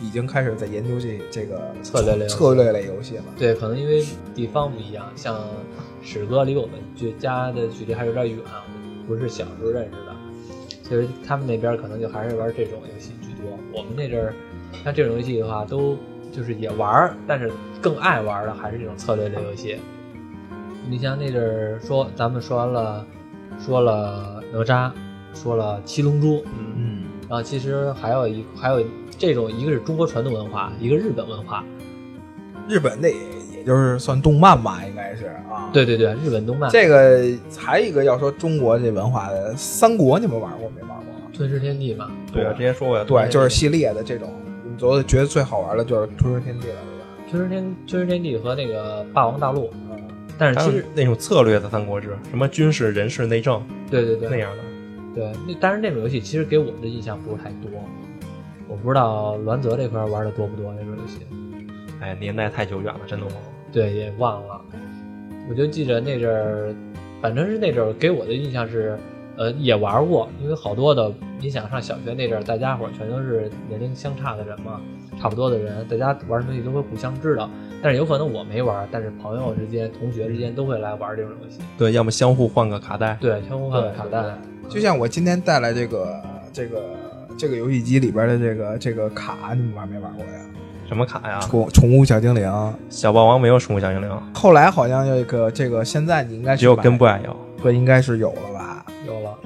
[SPEAKER 3] 已经开始在研究这这个
[SPEAKER 1] 策略类游戏
[SPEAKER 3] 策略类游戏了。
[SPEAKER 1] 对，可能因为地方不一样，像史哥离我们距家的距离还有点远，啊不是小时候认识的，所以他们那边可能就还是玩这种游戏居多。我们那阵儿，像这种游戏的话，都就是也玩儿，但是更爱玩儿的还是这种策略类游戏。你像那阵儿说，咱们说完了，说了哪吒，说了七龙珠，
[SPEAKER 2] 嗯，
[SPEAKER 3] 嗯，
[SPEAKER 1] 然后其实还有一还有这种，一个是中国传统文化，一个日本文化。
[SPEAKER 3] 日本那也就是算动漫吧，应该是啊。，
[SPEAKER 1] 对对对，日本动漫。
[SPEAKER 3] 这个还有一个要说中国这文化的三国，你们玩过没玩过？
[SPEAKER 1] 吞噬天地嘛，
[SPEAKER 2] 对我之前说过呀，
[SPEAKER 3] 对，就是系列的这种，你们觉得觉得最好玩的就是《吞噬天地》了，
[SPEAKER 1] 吞噬天吞噬天地和那个霸王大陆，
[SPEAKER 3] 对吧？嗯，
[SPEAKER 1] 但是
[SPEAKER 2] 还
[SPEAKER 1] 其
[SPEAKER 2] 有
[SPEAKER 1] 实
[SPEAKER 2] 那种策略的三国志，什么军事、人事、内政
[SPEAKER 1] 对对
[SPEAKER 2] 那
[SPEAKER 1] 对
[SPEAKER 2] 样的。
[SPEAKER 1] 对，那但是那种游戏其实给我们的印象不是太多，我不知道栾泽这块玩的多不多那种游戏，
[SPEAKER 2] 哎，年代太久远了，真的忘了。
[SPEAKER 1] 对也忘了，我就记着那阵儿，反正是那阵儿给我的印象是。呃，也玩过，因为好多的，你想上小学那阵儿，大家伙儿全都是年龄相差的人嘛，差不多的人，大家玩的东西都会互相知道。但是有可能我没玩，但是朋友之间、同学之间都会来玩这种游戏。
[SPEAKER 2] 对，要么相互换个卡带。
[SPEAKER 1] 对，天空
[SPEAKER 3] 嗯对
[SPEAKER 1] 换卡
[SPEAKER 3] 对
[SPEAKER 1] 带，
[SPEAKER 3] 就像我今天带来这个这个这个游戏机里边的这个这个卡，你们玩没玩过呀？
[SPEAKER 2] 什么卡呀？
[SPEAKER 3] 宠宠物小精灵，
[SPEAKER 2] 小霸王没有宠物小精灵，
[SPEAKER 3] 后来好像这个这个现在你应该是
[SPEAKER 2] 只有
[SPEAKER 3] 把
[SPEAKER 2] 根 boy 有。
[SPEAKER 3] 对应该是有了吧？
[SPEAKER 1] 有了。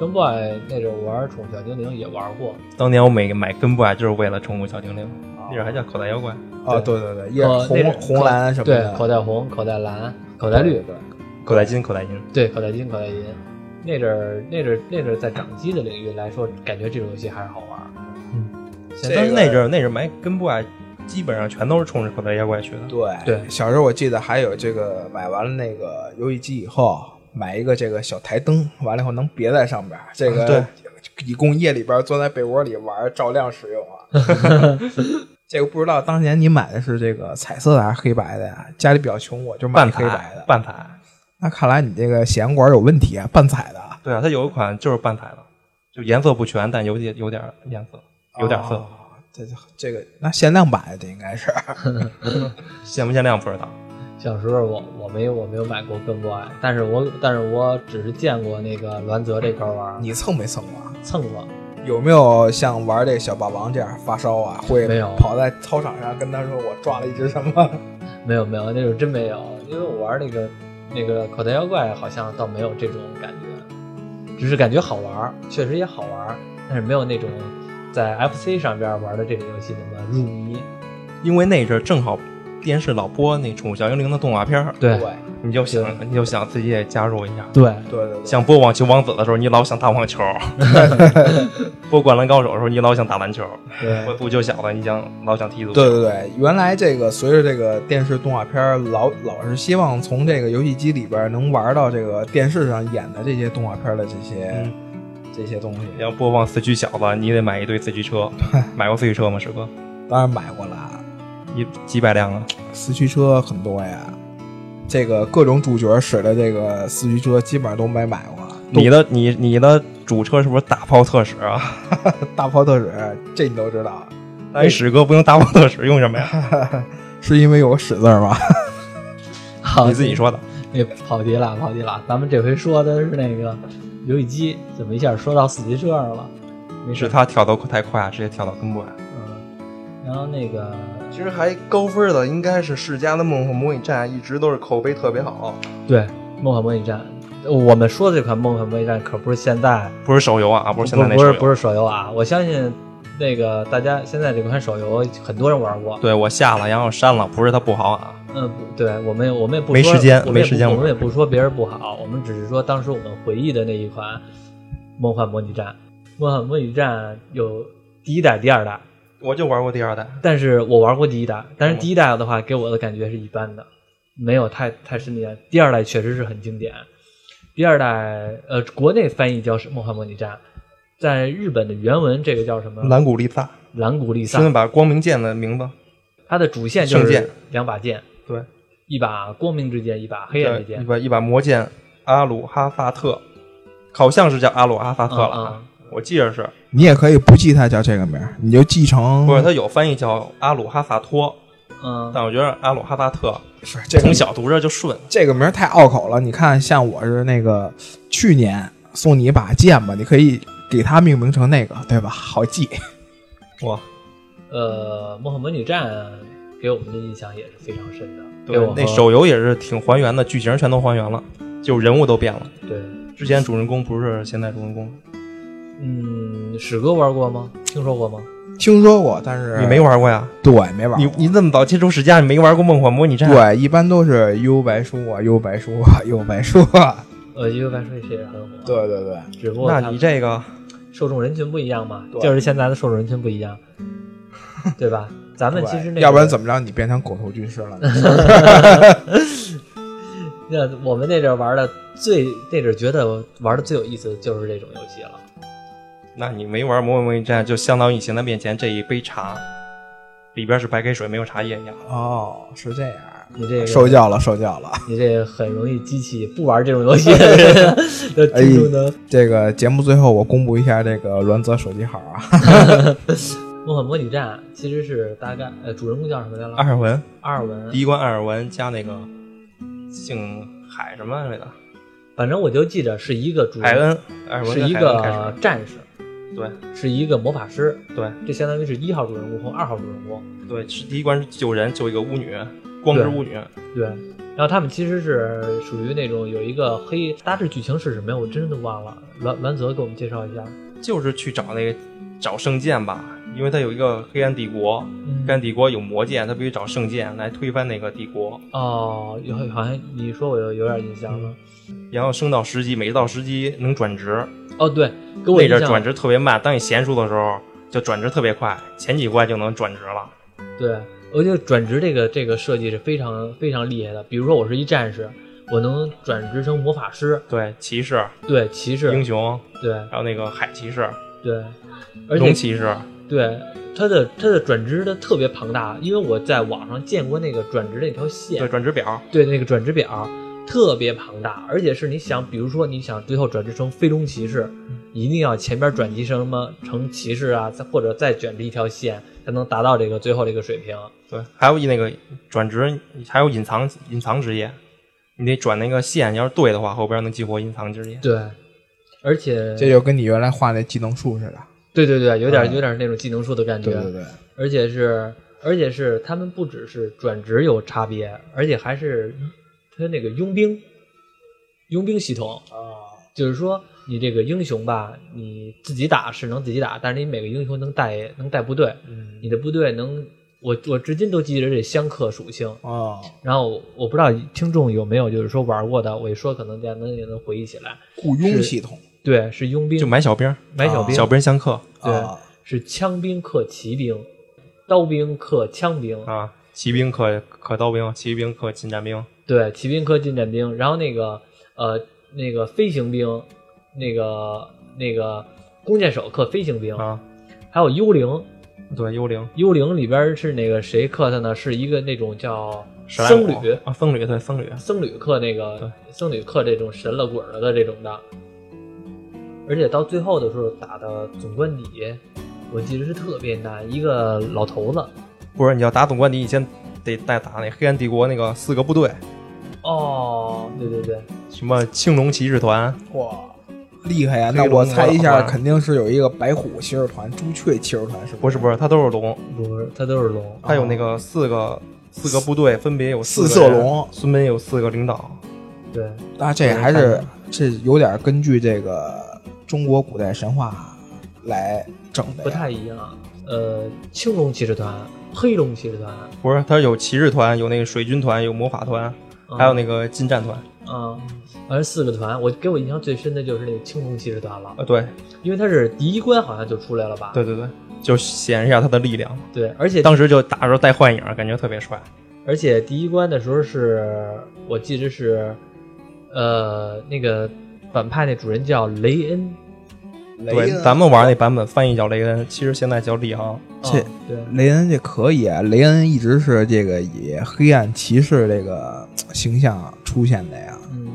[SPEAKER 1] 跟 boy 那阵玩宠物小精灵也玩过，
[SPEAKER 2] 当年我每买根 boy 就是为了宠物小精灵，那会儿还叫口袋妖怪。
[SPEAKER 3] 啊，对对对，也
[SPEAKER 1] 呃那是
[SPEAKER 3] 红红蓝什么
[SPEAKER 1] 对，
[SPEAKER 3] 的，
[SPEAKER 1] 口袋红、口袋蓝、口袋绿，
[SPEAKER 3] 对，
[SPEAKER 2] 口袋金，口袋金，
[SPEAKER 1] 对，口袋金、口袋银。那阵儿，那阵儿，那阵儿，在掌机的领域来说，感觉这种游戏还是好玩。
[SPEAKER 3] 这
[SPEAKER 2] 但是
[SPEAKER 3] 个
[SPEAKER 2] 那阵儿那阵儿买根 boy，基本上全都是冲着口袋妖怪去的。
[SPEAKER 3] 对
[SPEAKER 1] 对
[SPEAKER 3] 小时候我记得还有这个买完了那个游戏机以后，买一个这个小台灯，完了以后能别在上边儿，这个、
[SPEAKER 2] 啊对，
[SPEAKER 3] 以供夜里边儿钻在被窝里玩儿照亮使用啊。 这个不知道当年你买的是这个彩色的还是黑白的呀？家里比较穷，我就买
[SPEAKER 2] 半
[SPEAKER 3] 黑
[SPEAKER 2] 彩
[SPEAKER 3] 白的。
[SPEAKER 2] 半彩。
[SPEAKER 3] 那看来你这个显阳管有问题啊，半彩的啊，
[SPEAKER 2] 对啊，它有一款就是半彩的，就颜色不全，但有点有点颜色，有点色
[SPEAKER 3] 哦。这这个那限量版的这应该是，
[SPEAKER 2] 限不限量不知道。
[SPEAKER 1] 小时候我我没有我没有买过跟 boy，但是我但是我只是见过那个栾泽这块玩，
[SPEAKER 3] 你蹭没蹭啊？
[SPEAKER 1] 蹭过，
[SPEAKER 3] 有没有像玩这个小霸王这样发烧啊？会
[SPEAKER 1] 没有
[SPEAKER 3] 跑在操场上跟他说我抓了一只什么？
[SPEAKER 1] 没有没有，那种真没有，因为我玩那个那个口袋妖怪好像倒没有这种感觉，只是感觉好玩儿，确实也好玩儿，但是没有那种在 FC 上边玩的这种游戏那么入迷。
[SPEAKER 2] 因为那阵儿正好电视老播那《宠物小精灵》的动画片儿，
[SPEAKER 1] 对
[SPEAKER 3] 对
[SPEAKER 2] 你就想你就想自己也加入一下。
[SPEAKER 1] 对
[SPEAKER 3] 对对对，
[SPEAKER 2] 像播《网球王子》的时候，你老想打网球；播《灌篮高手》的时候，你老想打篮球；
[SPEAKER 1] 对
[SPEAKER 2] 播足球小子，你想老想踢足球。
[SPEAKER 3] 对对对，原来这个随着这个电视动画片儿老老是希望从这个游戏机里边儿能玩到这个电视上演的这些动画片儿的这些、
[SPEAKER 2] 嗯
[SPEAKER 3] 这些东西，
[SPEAKER 2] 你要播放四驱小子，你得买一堆四驱车。 买过四驱车吗，师哥？
[SPEAKER 3] 当然买过了，
[SPEAKER 2] 一几百辆啊！
[SPEAKER 3] 四驱车很多呀，这个各种主角使的这个四驱车基本上都没买过，
[SPEAKER 2] 你的你你的主车是不是大炮特使啊？
[SPEAKER 3] 都大炮特使这你都知道，
[SPEAKER 2] 但是史哥不用大炮特使，用什 么呀？
[SPEAKER 3] 是因为有个使字儿吗？
[SPEAKER 1] 好，
[SPEAKER 2] 你自己说的。
[SPEAKER 1] 那哎跑题了，跑题了。咱们这回说的是那个游戏机，怎么一下说到四驱车上了？没
[SPEAKER 2] 是
[SPEAKER 1] 事，
[SPEAKER 2] 他跳得太快，啊直接跳到根部来。
[SPEAKER 1] 嗯。然后那个
[SPEAKER 2] 其实还高分的应该是世嘉的《梦幻模拟战》，一直都是口碑特别好。
[SPEAKER 1] 对《梦幻模拟战》，我们说的这款《梦幻模拟战》可不是现在
[SPEAKER 2] 不是手游啊，不是现在那
[SPEAKER 1] 不
[SPEAKER 2] 手
[SPEAKER 1] 是
[SPEAKER 2] 游。
[SPEAKER 1] 不是手游啊，我相信那个大家现在这款手游很多人玩过。
[SPEAKER 2] 对我下了，然后删了，不是它不好啊。
[SPEAKER 1] 嗯，不对，我们我们也不说
[SPEAKER 2] 没时间
[SPEAKER 1] 我们也
[SPEAKER 2] 没时间
[SPEAKER 1] 不我们也
[SPEAKER 2] 玩
[SPEAKER 1] 不说别人不好，我们只是说当时我们回忆的那一款《梦幻模拟战》。《梦幻模拟战》有第一代、第二代，
[SPEAKER 2] 我就玩过第二代，
[SPEAKER 1] 但是我玩过第一代，
[SPEAKER 2] 哦
[SPEAKER 1] 但是第一代的话给我的感觉是一般的，没有太太深的印象。第二代确实是很经典，第二代呃，国内翻译叫是《梦幻模拟战》，在日本的原文这个叫什么？
[SPEAKER 2] 蓝谷利嗯萨，
[SPEAKER 1] 蓝谷利
[SPEAKER 2] 顺便
[SPEAKER 1] 萨，
[SPEAKER 2] 把光明剑的名字，
[SPEAKER 1] 它的主线就
[SPEAKER 2] 圣剑
[SPEAKER 1] 是两把剑，
[SPEAKER 2] 对，
[SPEAKER 1] 一把光明之剑，一把黑暗之
[SPEAKER 2] 对
[SPEAKER 1] 剑
[SPEAKER 2] 一。把一把魔剑阿鲁哈萨特，好像是叫阿鲁哈萨特了啊，
[SPEAKER 1] 嗯
[SPEAKER 2] 我记着是，
[SPEAKER 3] 你也可以不记它叫这个名儿，你就记成
[SPEAKER 2] 或者它有翻译叫阿鲁哈萨托，
[SPEAKER 1] 嗯，
[SPEAKER 2] 但我觉得阿鲁哈萨特
[SPEAKER 3] 是这个
[SPEAKER 2] 从小读着就顺，
[SPEAKER 3] 这个名儿太拗口了。你看，像我是那个去年送你一把剑吧，你可以给它命名成那个，对吧？好记。
[SPEAKER 2] 哇，
[SPEAKER 1] 呃，《幕后模拟战》给我们的印象也是非常深的，
[SPEAKER 2] 对
[SPEAKER 1] 给哎我，
[SPEAKER 2] 那
[SPEAKER 1] 和
[SPEAKER 2] 手游也是挺还原的，剧情全都还原了，就人物都变了。
[SPEAKER 1] 对，
[SPEAKER 2] 之前主人公不是现在主人公，
[SPEAKER 1] 嗯，史哥玩过吗？听说过吗？
[SPEAKER 3] 听说过，但是
[SPEAKER 2] 你没玩过呀？
[SPEAKER 3] 对，没玩过。
[SPEAKER 2] 你你这么早接触世嘉，你没玩过《梦幻模拟战》？，
[SPEAKER 3] 对，一般都是幽白书啊，幽白书啊，幽白书 啊。
[SPEAKER 1] 呃，《一个白说》也是很火，，
[SPEAKER 3] 对对对，
[SPEAKER 1] 只不过
[SPEAKER 2] 那
[SPEAKER 1] 它
[SPEAKER 2] 你这个
[SPEAKER 1] 受众人群不一样嘛，
[SPEAKER 3] 对
[SPEAKER 1] 就是现在的受众人群不一 样，对吧？咱们
[SPEAKER 3] 对
[SPEAKER 1] 其实那个
[SPEAKER 3] 要不然怎么让你变成狗头军师了 呢？
[SPEAKER 1] 那我们那阵儿玩的最那阵儿觉得玩的最有意思的就是这种游戏了。
[SPEAKER 2] 那你没玩《魔幻模拟战》，就相当于你现在面前这一杯茶，里边是白开水，没有茶叶一样。
[SPEAKER 3] 哦，是这样，
[SPEAKER 1] 你这个
[SPEAKER 3] 受教了，受教了。
[SPEAKER 1] 你这个很容易激起不玩这种游戏 的人的听众的。
[SPEAKER 3] 这个节目最后我公布一下这个栾泽手机号啊，
[SPEAKER 1] 梦幻模拟战其实是大概呃主人公叫什么来
[SPEAKER 2] 艾
[SPEAKER 1] 了？
[SPEAKER 2] 尔文，
[SPEAKER 1] 阿尔文
[SPEAKER 2] 第。一关艾尔文加那个姓海什么来着？
[SPEAKER 1] 反正我就记着是一个主
[SPEAKER 2] 海
[SPEAKER 1] 人
[SPEAKER 2] 恩，艾尔文
[SPEAKER 1] 是
[SPEAKER 2] 跟
[SPEAKER 1] 一
[SPEAKER 2] 海恩开始
[SPEAKER 1] 个战士，
[SPEAKER 2] 对
[SPEAKER 1] 是一个魔法师，
[SPEAKER 2] 对
[SPEAKER 1] 这相当于是一号主人公和二号主人公。
[SPEAKER 2] 对，是第一关是救人，救一个巫女，光之
[SPEAKER 1] 对
[SPEAKER 2] 巫女。
[SPEAKER 1] 对，然后他们其实是属于那种有一个黑，大致剧情是什么呀？我真的忘了。栾栾泽给我们介绍一下。
[SPEAKER 2] 就是去找那个找圣剑吧，因为它有一个黑暗帝国，
[SPEAKER 1] 嗯
[SPEAKER 2] 黑暗帝国有魔剑，它必须找圣剑来推翻那个帝国。
[SPEAKER 1] 哦，有好像你说我有有点印象了。
[SPEAKER 2] 然后升到十级，每一到十级能转职，
[SPEAKER 1] 哦，对，给我
[SPEAKER 2] 嗯那
[SPEAKER 1] 印
[SPEAKER 2] 阵
[SPEAKER 1] 象
[SPEAKER 2] 儿转职特别慢，当你娴熟的时候就转职特别快，前几关就能转职了。
[SPEAKER 1] 对，我觉得转职这个这个设计是非常非常厉害的。比如说我是一战士，我能转职成魔法师，
[SPEAKER 2] 对，骑士、
[SPEAKER 1] 对骑
[SPEAKER 2] 英
[SPEAKER 1] 士，
[SPEAKER 2] 雄，
[SPEAKER 1] 对
[SPEAKER 2] 还有那个海骑士、
[SPEAKER 1] 对，而
[SPEAKER 2] 龙
[SPEAKER 1] 且
[SPEAKER 2] 骑士，
[SPEAKER 1] 对它的它的转职的特别庞大，因为我在网上见过那个转职那条线
[SPEAKER 2] 对，，转职表，
[SPEAKER 1] 对那个转职表特别庞大，而且是你
[SPEAKER 3] 嗯
[SPEAKER 1] 想，比如说你想最后转职成飞龙骑士，一定要前边转职成什么成骑士啊，再或者再卷着一条线，才能达到这个最后这个水平。
[SPEAKER 2] 对，还有一那个转职，还有隐藏隐藏职业，你得转那个线，要是对的话，后边能激活隐藏职业。
[SPEAKER 1] 对，而且
[SPEAKER 3] 这就跟你原来画那技能树似的。
[SPEAKER 1] 对对对，有点
[SPEAKER 3] 嗯
[SPEAKER 1] 有点那种技能树的感觉，
[SPEAKER 3] 对对对，
[SPEAKER 1] 而且是而且是他们不只是转职有差别，而且还是他那个佣兵佣兵系统，
[SPEAKER 3] 啊，
[SPEAKER 1] 就是说你这个英雄吧，你自己打是能自己打，但是你每个英雄能带能带部队，
[SPEAKER 3] 嗯，
[SPEAKER 1] 你的部队能，我我至今都记着这相克属性。
[SPEAKER 3] 哦，
[SPEAKER 1] 然后我不知道听众有没有就是说玩过的，我一说可能大家能也能回忆起来。
[SPEAKER 3] 雇佣系统，
[SPEAKER 1] 对，是佣兵，
[SPEAKER 2] 就买小兵儿，
[SPEAKER 1] 买小兵，
[SPEAKER 2] 小兵相克
[SPEAKER 1] 对
[SPEAKER 3] 啊
[SPEAKER 1] 是枪兵克骑兵，刀兵克枪兵，
[SPEAKER 2] 啊，骑兵克克刀兵，骑兵克近战兵。
[SPEAKER 1] 对，骑兵克近战兵。然后那个呃那个飞行兵，那个那个弓箭手克飞行兵，
[SPEAKER 2] 啊，
[SPEAKER 1] 还有幽灵，
[SPEAKER 2] 对，幽灵、
[SPEAKER 1] 幽灵里边是那个谁克他呢？是一个那种叫
[SPEAKER 2] 史莱
[SPEAKER 1] 僧
[SPEAKER 2] 姆
[SPEAKER 1] 侣，
[SPEAKER 2] 啊，僧侣对僧侣，
[SPEAKER 1] 僧侣克那个僧侣克这种神了鬼了的这种的，而且到最后的时候打的总冠底，我记得是特别难，一个老头子
[SPEAKER 2] 不是你要打总冠敌，你先得再打那黑暗帝国那个四个部队，
[SPEAKER 1] 哦，对对对，
[SPEAKER 2] 什么青龙骑士团，
[SPEAKER 3] 哇，厉害呀！
[SPEAKER 2] 黑
[SPEAKER 3] 那
[SPEAKER 2] 龙
[SPEAKER 3] 我猜一
[SPEAKER 2] 我
[SPEAKER 3] 下，
[SPEAKER 2] 老爸
[SPEAKER 3] 肯定是有一个白虎骑士团、朱雀骑士团，是
[SPEAKER 2] 不
[SPEAKER 3] 是？
[SPEAKER 2] 是不是，它都是龙，
[SPEAKER 1] 不是，他都是龙，
[SPEAKER 2] 它有那个四个四个部队，分别有
[SPEAKER 3] 四
[SPEAKER 2] 个
[SPEAKER 3] 色
[SPEAKER 2] 人
[SPEAKER 3] 龙，
[SPEAKER 2] 分别有四个领导。
[SPEAKER 1] 对，
[SPEAKER 3] 那这还是这有点根据这个中国古代神话来整的呀，
[SPEAKER 1] 不太一样。呃，青龙骑士团、黑龙骑士团，
[SPEAKER 2] 不是，它有骑士团，有那个水军团，有魔法团，还有那
[SPEAKER 1] 个
[SPEAKER 2] 个近战团。
[SPEAKER 1] 啊，反正四个团，我给我印象最深的就是那个青龙骑士团了，
[SPEAKER 2] 啊，对
[SPEAKER 1] 因为他是第一关好像就出来了吧？
[SPEAKER 2] 对对对，就显示一下它的力量。
[SPEAKER 1] 对，而且
[SPEAKER 2] 当时就打的时候带幻影，感觉特别帅。
[SPEAKER 1] 而且第一关的时候是我记得是，呃，那个反派那主人叫雷恩，
[SPEAKER 3] 雷啊
[SPEAKER 2] 对，
[SPEAKER 3] 恩，
[SPEAKER 2] 咱们玩那版本翻译叫雷恩，其实现在叫利昂。
[SPEAKER 3] 这
[SPEAKER 1] 嗯对
[SPEAKER 3] 雷恩这可以啊，雷恩一直是这个以黑暗骑士这个呃形象出现的呀。
[SPEAKER 1] 嗯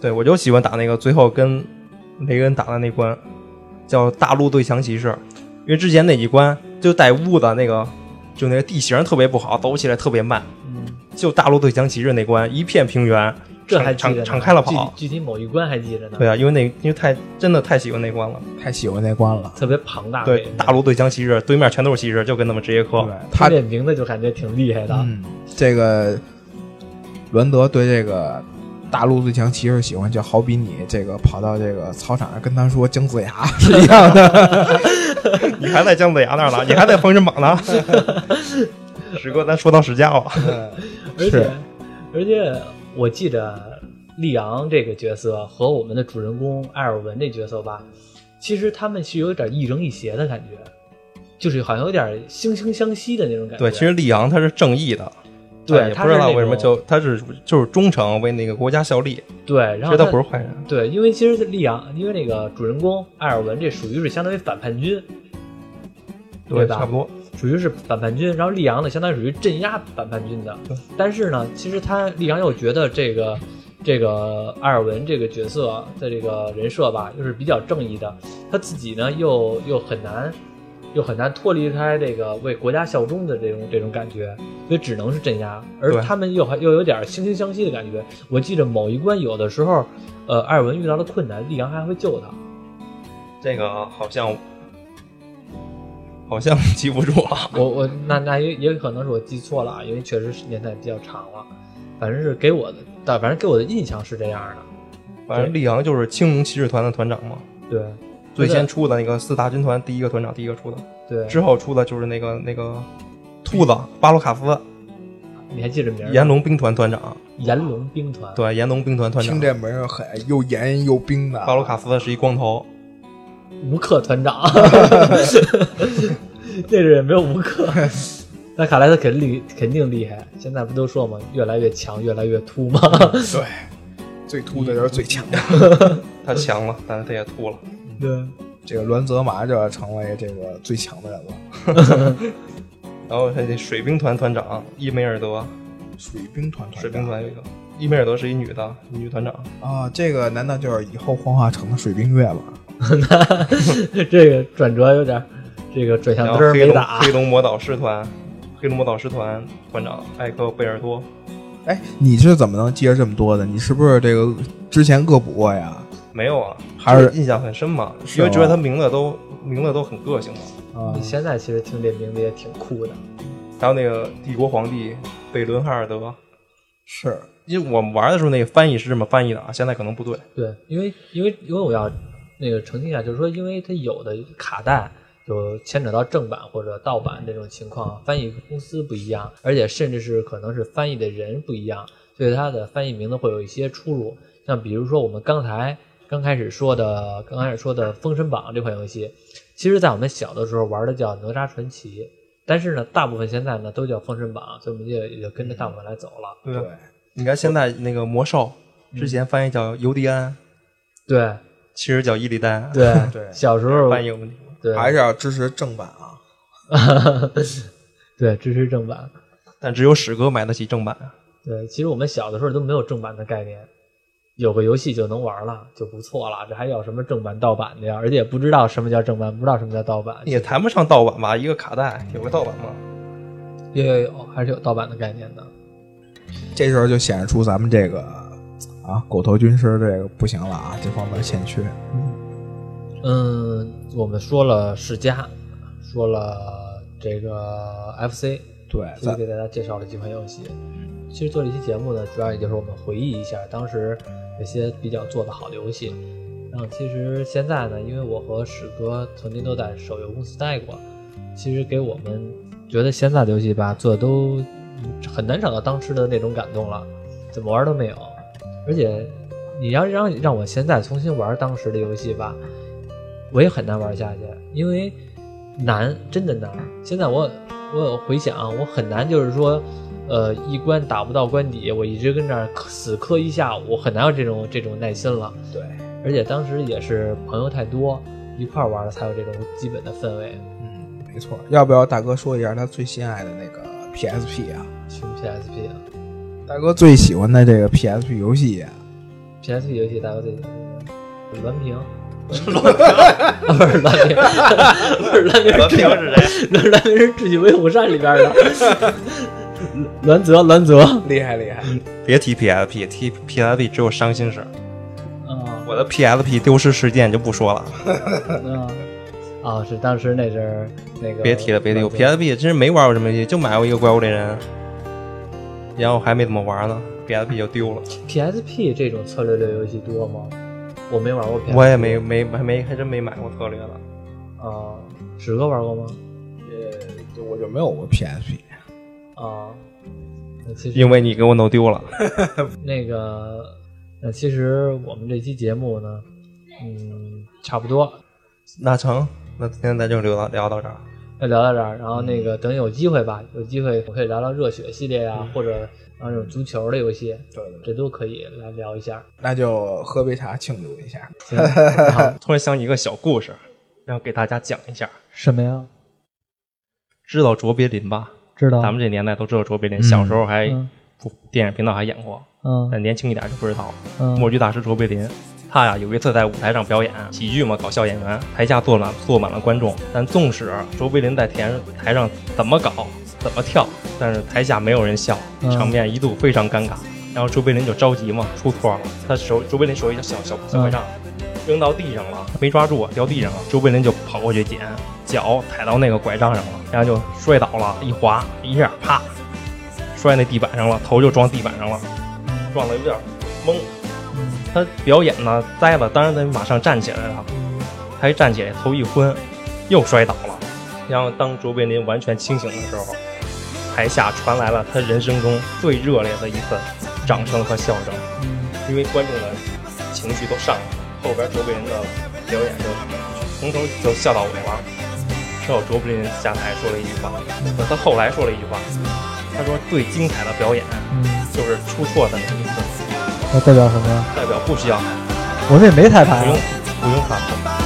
[SPEAKER 2] 对我就喜欢打那个最后跟雷恩打的那关，叫大陆最强骑士，因为之前那几关就带屋的那个，就那个地形特别不好，走起来特别慢。
[SPEAKER 1] 嗯，
[SPEAKER 2] 就大陆最强骑士那关，一片平原，
[SPEAKER 1] 这
[SPEAKER 2] 敞
[SPEAKER 1] 还记
[SPEAKER 2] 敞
[SPEAKER 1] 着呢
[SPEAKER 2] 敞开了跑。
[SPEAKER 1] 具体具体某一关还记着呢，
[SPEAKER 2] 对啊，因为那因为太真的太喜欢那关了。
[SPEAKER 3] 太喜欢那关了。
[SPEAKER 1] 特别庞大，
[SPEAKER 2] 对，大陆最强骑士对面全都是骑士，就跟他们直接磕
[SPEAKER 3] 对。，
[SPEAKER 1] 他
[SPEAKER 3] 他
[SPEAKER 1] 这名字就感觉挺厉害的，
[SPEAKER 3] 嗯，这个伦德对这个大陆最强骑士喜欢，就好比你这个跑到这个操场上跟他说姜子牙 是一样的。
[SPEAKER 2] 你还在姜子牙那儿呢，你还在封神榜 呢。史哥，咱说到史家了。嗯
[SPEAKER 1] 而
[SPEAKER 3] 是
[SPEAKER 1] 且而且我记得利昂这个角色和我们的主人公艾尔文这角色吧，其实他们是有点亦正亦邪的感觉，就是好像有点惺惺相惜的那种感觉。
[SPEAKER 2] 对，其实利昂他是正义的，
[SPEAKER 1] 对
[SPEAKER 2] 但也
[SPEAKER 1] 他
[SPEAKER 2] 不知
[SPEAKER 1] 是那
[SPEAKER 2] 道
[SPEAKER 1] 种
[SPEAKER 2] 为什么就他是就是忠诚为那个国家效力，
[SPEAKER 1] 对，然
[SPEAKER 2] 其
[SPEAKER 1] 后
[SPEAKER 2] 实
[SPEAKER 1] 他
[SPEAKER 2] 他不是坏人。
[SPEAKER 1] 对，因为其实利昂，因为那个主人公艾尔文这属于是相当于反叛军，对吧
[SPEAKER 2] 差不多。
[SPEAKER 1] 属于是反叛军，然后利昂呢，相当于属于镇压反叛军的
[SPEAKER 2] 对。
[SPEAKER 1] 但是呢，其实他利昂又觉得这个这个艾尔文这个角色的这个人设吧，又是比较正义的，他自己呢又又很难又很难脱离开这个为国家效忠的这种这种感觉，所以只能是镇压。而
[SPEAKER 2] 对
[SPEAKER 1] 他们又还又有点惺惺相惜的感觉。我记得某一关有的时候，呃，艾尔文遇到了困难，利昂还会救他。
[SPEAKER 2] 这个好像好像记不住啊了。
[SPEAKER 1] 我我那那也也可能是我记错了啊，因为确实是年代比较长了，反正是给我的，但反正给我的印象是这样的。
[SPEAKER 2] 反正利昂就是青龙骑士团的团长嘛，
[SPEAKER 1] 对，
[SPEAKER 2] 最
[SPEAKER 1] 对
[SPEAKER 2] 先出的那个四大军团第一个团长，第一个出的。
[SPEAKER 1] 对，
[SPEAKER 2] 之后出的就是那个那个兔子巴洛卡斯，
[SPEAKER 1] 你还记着名儿吗？
[SPEAKER 2] 炎龙兵团团长。
[SPEAKER 1] 炎龙兵团。，
[SPEAKER 2] 对，炎龙兵团团长
[SPEAKER 3] 听。这门儿很又严又冰的，
[SPEAKER 2] 巴洛卡斯是一光头，
[SPEAKER 1] 吴克团 长，那是也没有吴 克。那卡莱特肯定肯定厉害，现在不都说嘛，越来越强，越来越秃吗？
[SPEAKER 3] 对，最秃的就是最强的。
[SPEAKER 2] 他强了，但是他也秃了。
[SPEAKER 1] 对，
[SPEAKER 3] 这个栾泽麻就成为这个最强的人了。
[SPEAKER 2] 然后他这水兵团团长伊梅尔德，
[SPEAKER 3] 水兵团团
[SPEAKER 2] 水兵团有一个伊梅尔德是一女的女团长，
[SPEAKER 3] 啊，这个难道就是以后幻化成的水冰月吗？
[SPEAKER 1] 这个转折有点儿，这个转向
[SPEAKER 2] 然后
[SPEAKER 1] 灯儿
[SPEAKER 2] 黑
[SPEAKER 1] 没
[SPEAKER 2] 龙
[SPEAKER 1] 打。
[SPEAKER 2] 黑龙魔导师团，黑龙魔导师团团长艾克贝尔多，
[SPEAKER 3] 哎，你是怎么能记着这么多的？你是不是这个之前恶补过呀？
[SPEAKER 2] 没有啊，
[SPEAKER 3] 还是
[SPEAKER 2] 就印象很深嘛，
[SPEAKER 3] 是
[SPEAKER 2] 因
[SPEAKER 3] 吗
[SPEAKER 2] 为觉得他名字都名字都很个性嘛。
[SPEAKER 3] 啊
[SPEAKER 2] 嗯
[SPEAKER 1] 你现在其实听这名字也挺酷的，
[SPEAKER 2] 还有那个帝国皇帝贝伦哈尔德，
[SPEAKER 3] 是
[SPEAKER 2] 因为我们玩的时候那个翻译是这么翻译的啊，现在可能不对。
[SPEAKER 1] 对，因为因为因为我要那个澄清一下，就是说，因为它有的卡带有牵扯到正版或者盗版这种情况，翻译公司不一样，而且甚至是可能是翻译的人不一样，所以它的翻译名字会有一些出入。像比如说我们刚才刚开始说的，刚开始说的《封神榜》这款游戏，其实在我们小的时候玩的叫《哪吒传奇》。但是呢，大部分现在呢都叫《封神榜》，所以我们就也就跟着大部分来走了。
[SPEAKER 2] 对吧，你看现在那个魔兽之前翻译叫尤迪安，
[SPEAKER 1] 对
[SPEAKER 2] 其实叫伊利丹，
[SPEAKER 1] 对
[SPEAKER 3] 对
[SPEAKER 1] 小时候
[SPEAKER 2] 翻译有问题吗？
[SPEAKER 1] 对
[SPEAKER 3] 还是要支持正版啊。
[SPEAKER 1] 对，支持正版。
[SPEAKER 2] 但只有史哥买得起正版啊。
[SPEAKER 1] 对，其实我们小的时候都没有正版的概念，有个游戏就能玩了，就不错了。这还要什么正版盗版的呀？而且也不知道什么叫正版，不知道什么叫盗版，
[SPEAKER 2] 也嗯谈不上盗版吧，一个卡带有个盗版 吗？
[SPEAKER 1] 也有有还是有盗版的概念的。
[SPEAKER 3] 这时候就显示出咱们这个啊狗头军师这个不行了啊，这方面欠缺。
[SPEAKER 1] 嗯，我们说了世嘉，说了这个 FC，
[SPEAKER 3] 对，
[SPEAKER 1] 就
[SPEAKER 3] 咱
[SPEAKER 1] 给大家介绍了几款游戏。其实做这期节目呢，主要也就是我们回忆一下当时有些比较做的好的游戏。然后其实现在呢，因为我和史哥曾经都在手游公司待过，其实给我们觉得现在的游戏吧，做的都嗯很难找到当时的那种感动了，怎么玩都没有。而且你要让让我现在重新玩当时的游戏吧，我也很难玩下去，因为难，真的难。现在我我有回想啊，我很难就是说，呃，一关打不到关底，我一直跟那儿磕死磕一下午，我很难有这种这种耐心了。
[SPEAKER 3] 对，
[SPEAKER 1] 而且当时也是朋友太多，一块儿玩儿才有这种基本的氛围。
[SPEAKER 3] 嗯，没错。要不要大哥说一下他最心爱的那个 PSP 啊？
[SPEAKER 1] 什么 PSP 啊
[SPEAKER 3] 大哥最喜欢的这个 PSP 游戏啊、
[SPEAKER 1] ？PSP 游戏大家最喜欢的蓝屏， 不是蓝屏，不是蓝屏，
[SPEAKER 2] 蓝屏是谁？啊
[SPEAKER 1] 蓝蓝屏是《智取威虎山》里边的 栾泽，栾泽啊
[SPEAKER 3] 厉害厉害。
[SPEAKER 2] 别提 PSP，提 PSP 只有伤心事儿。
[SPEAKER 1] 啊
[SPEAKER 2] 我的 PSP 丢失事件就不说了，
[SPEAKER 1] 啊！是当时那阵儿那个
[SPEAKER 2] 别提了，别提了。我
[SPEAKER 1] 蓝屏
[SPEAKER 2] PSP 真是没玩过什么游戏，就买过一个怪物猎人，然后还没怎么玩呢，PSP 就丢了。
[SPEAKER 1] PSP 这种策略类游戏多吗？我没玩过 PSP，
[SPEAKER 2] 我也没没没没，还真没买过策略了。
[SPEAKER 1] 啊。史哥玩过吗？
[SPEAKER 3] 呃，我就没有过 PSP。
[SPEAKER 1] 啊，那其实
[SPEAKER 2] 因为你给我弄丢了。
[SPEAKER 1] 那个，那其实我们这期节目呢，嗯，差不多
[SPEAKER 2] 那成，那今天咱就聊到聊到这儿。
[SPEAKER 1] 就聊到这儿。然后
[SPEAKER 2] 嗯
[SPEAKER 1] 那个，等有机会吧，有机会我可以聊聊热血系列啊，
[SPEAKER 2] 嗯
[SPEAKER 1] 或者然后那种足球的游戏，
[SPEAKER 3] 对对对，
[SPEAKER 1] 这都可以来聊一下。
[SPEAKER 3] 那就喝杯茶庆祝一下。
[SPEAKER 1] 行，好
[SPEAKER 2] 突然想起一个小故事，然后给大家讲一下。
[SPEAKER 1] 什么呀？
[SPEAKER 2] 知道卓别林吧？
[SPEAKER 1] 知道
[SPEAKER 2] 咱们这年代都知道卓别林，小时候还、
[SPEAKER 1] 嗯
[SPEAKER 2] 不电影频道还演过，
[SPEAKER 1] 嗯
[SPEAKER 2] 但年轻一点就不知道了。
[SPEAKER 1] 嗯
[SPEAKER 2] 默剧大师卓别林，他呀有一次在舞台上表演喜剧嘛，搞笑演员，台下坐满坐满了观众。但纵使卓别林在台台上怎么搞怎么跳，但是台下没有人笑，
[SPEAKER 1] 嗯
[SPEAKER 2] 场面一度非常尴尬。然后卓别林就着急嘛，出错了，他手卓别林手一小小小拐杖。扔到地上了，没抓住，啊掉地上了。卓别林就跑过去捡，脚踩到那个拐杖上了，然后就摔倒了，一滑，一下啪，摔那地板上了，头就撞地板上了，撞的有点懵。
[SPEAKER 1] 嗯
[SPEAKER 2] 他表演呢栽了，当然得马上站起来了，他一站起来头一昏，又摔倒了。然后当卓别林完全清醒的时候，台下传来了他人生中最热烈的一次掌声和笑声，因为观众的情绪都上来了，后边卓别林的表演就从头就笑到尾了。之后卓别林下台说了一句话，他后来说了一句话，他说最精彩的表演
[SPEAKER 1] 嗯，
[SPEAKER 2] 就是出错的那一次，
[SPEAKER 1] 那代表什么呀？
[SPEAKER 2] 代表不需要
[SPEAKER 1] 我们也没彩
[SPEAKER 2] 不
[SPEAKER 1] 排啊
[SPEAKER 2] 用不用看。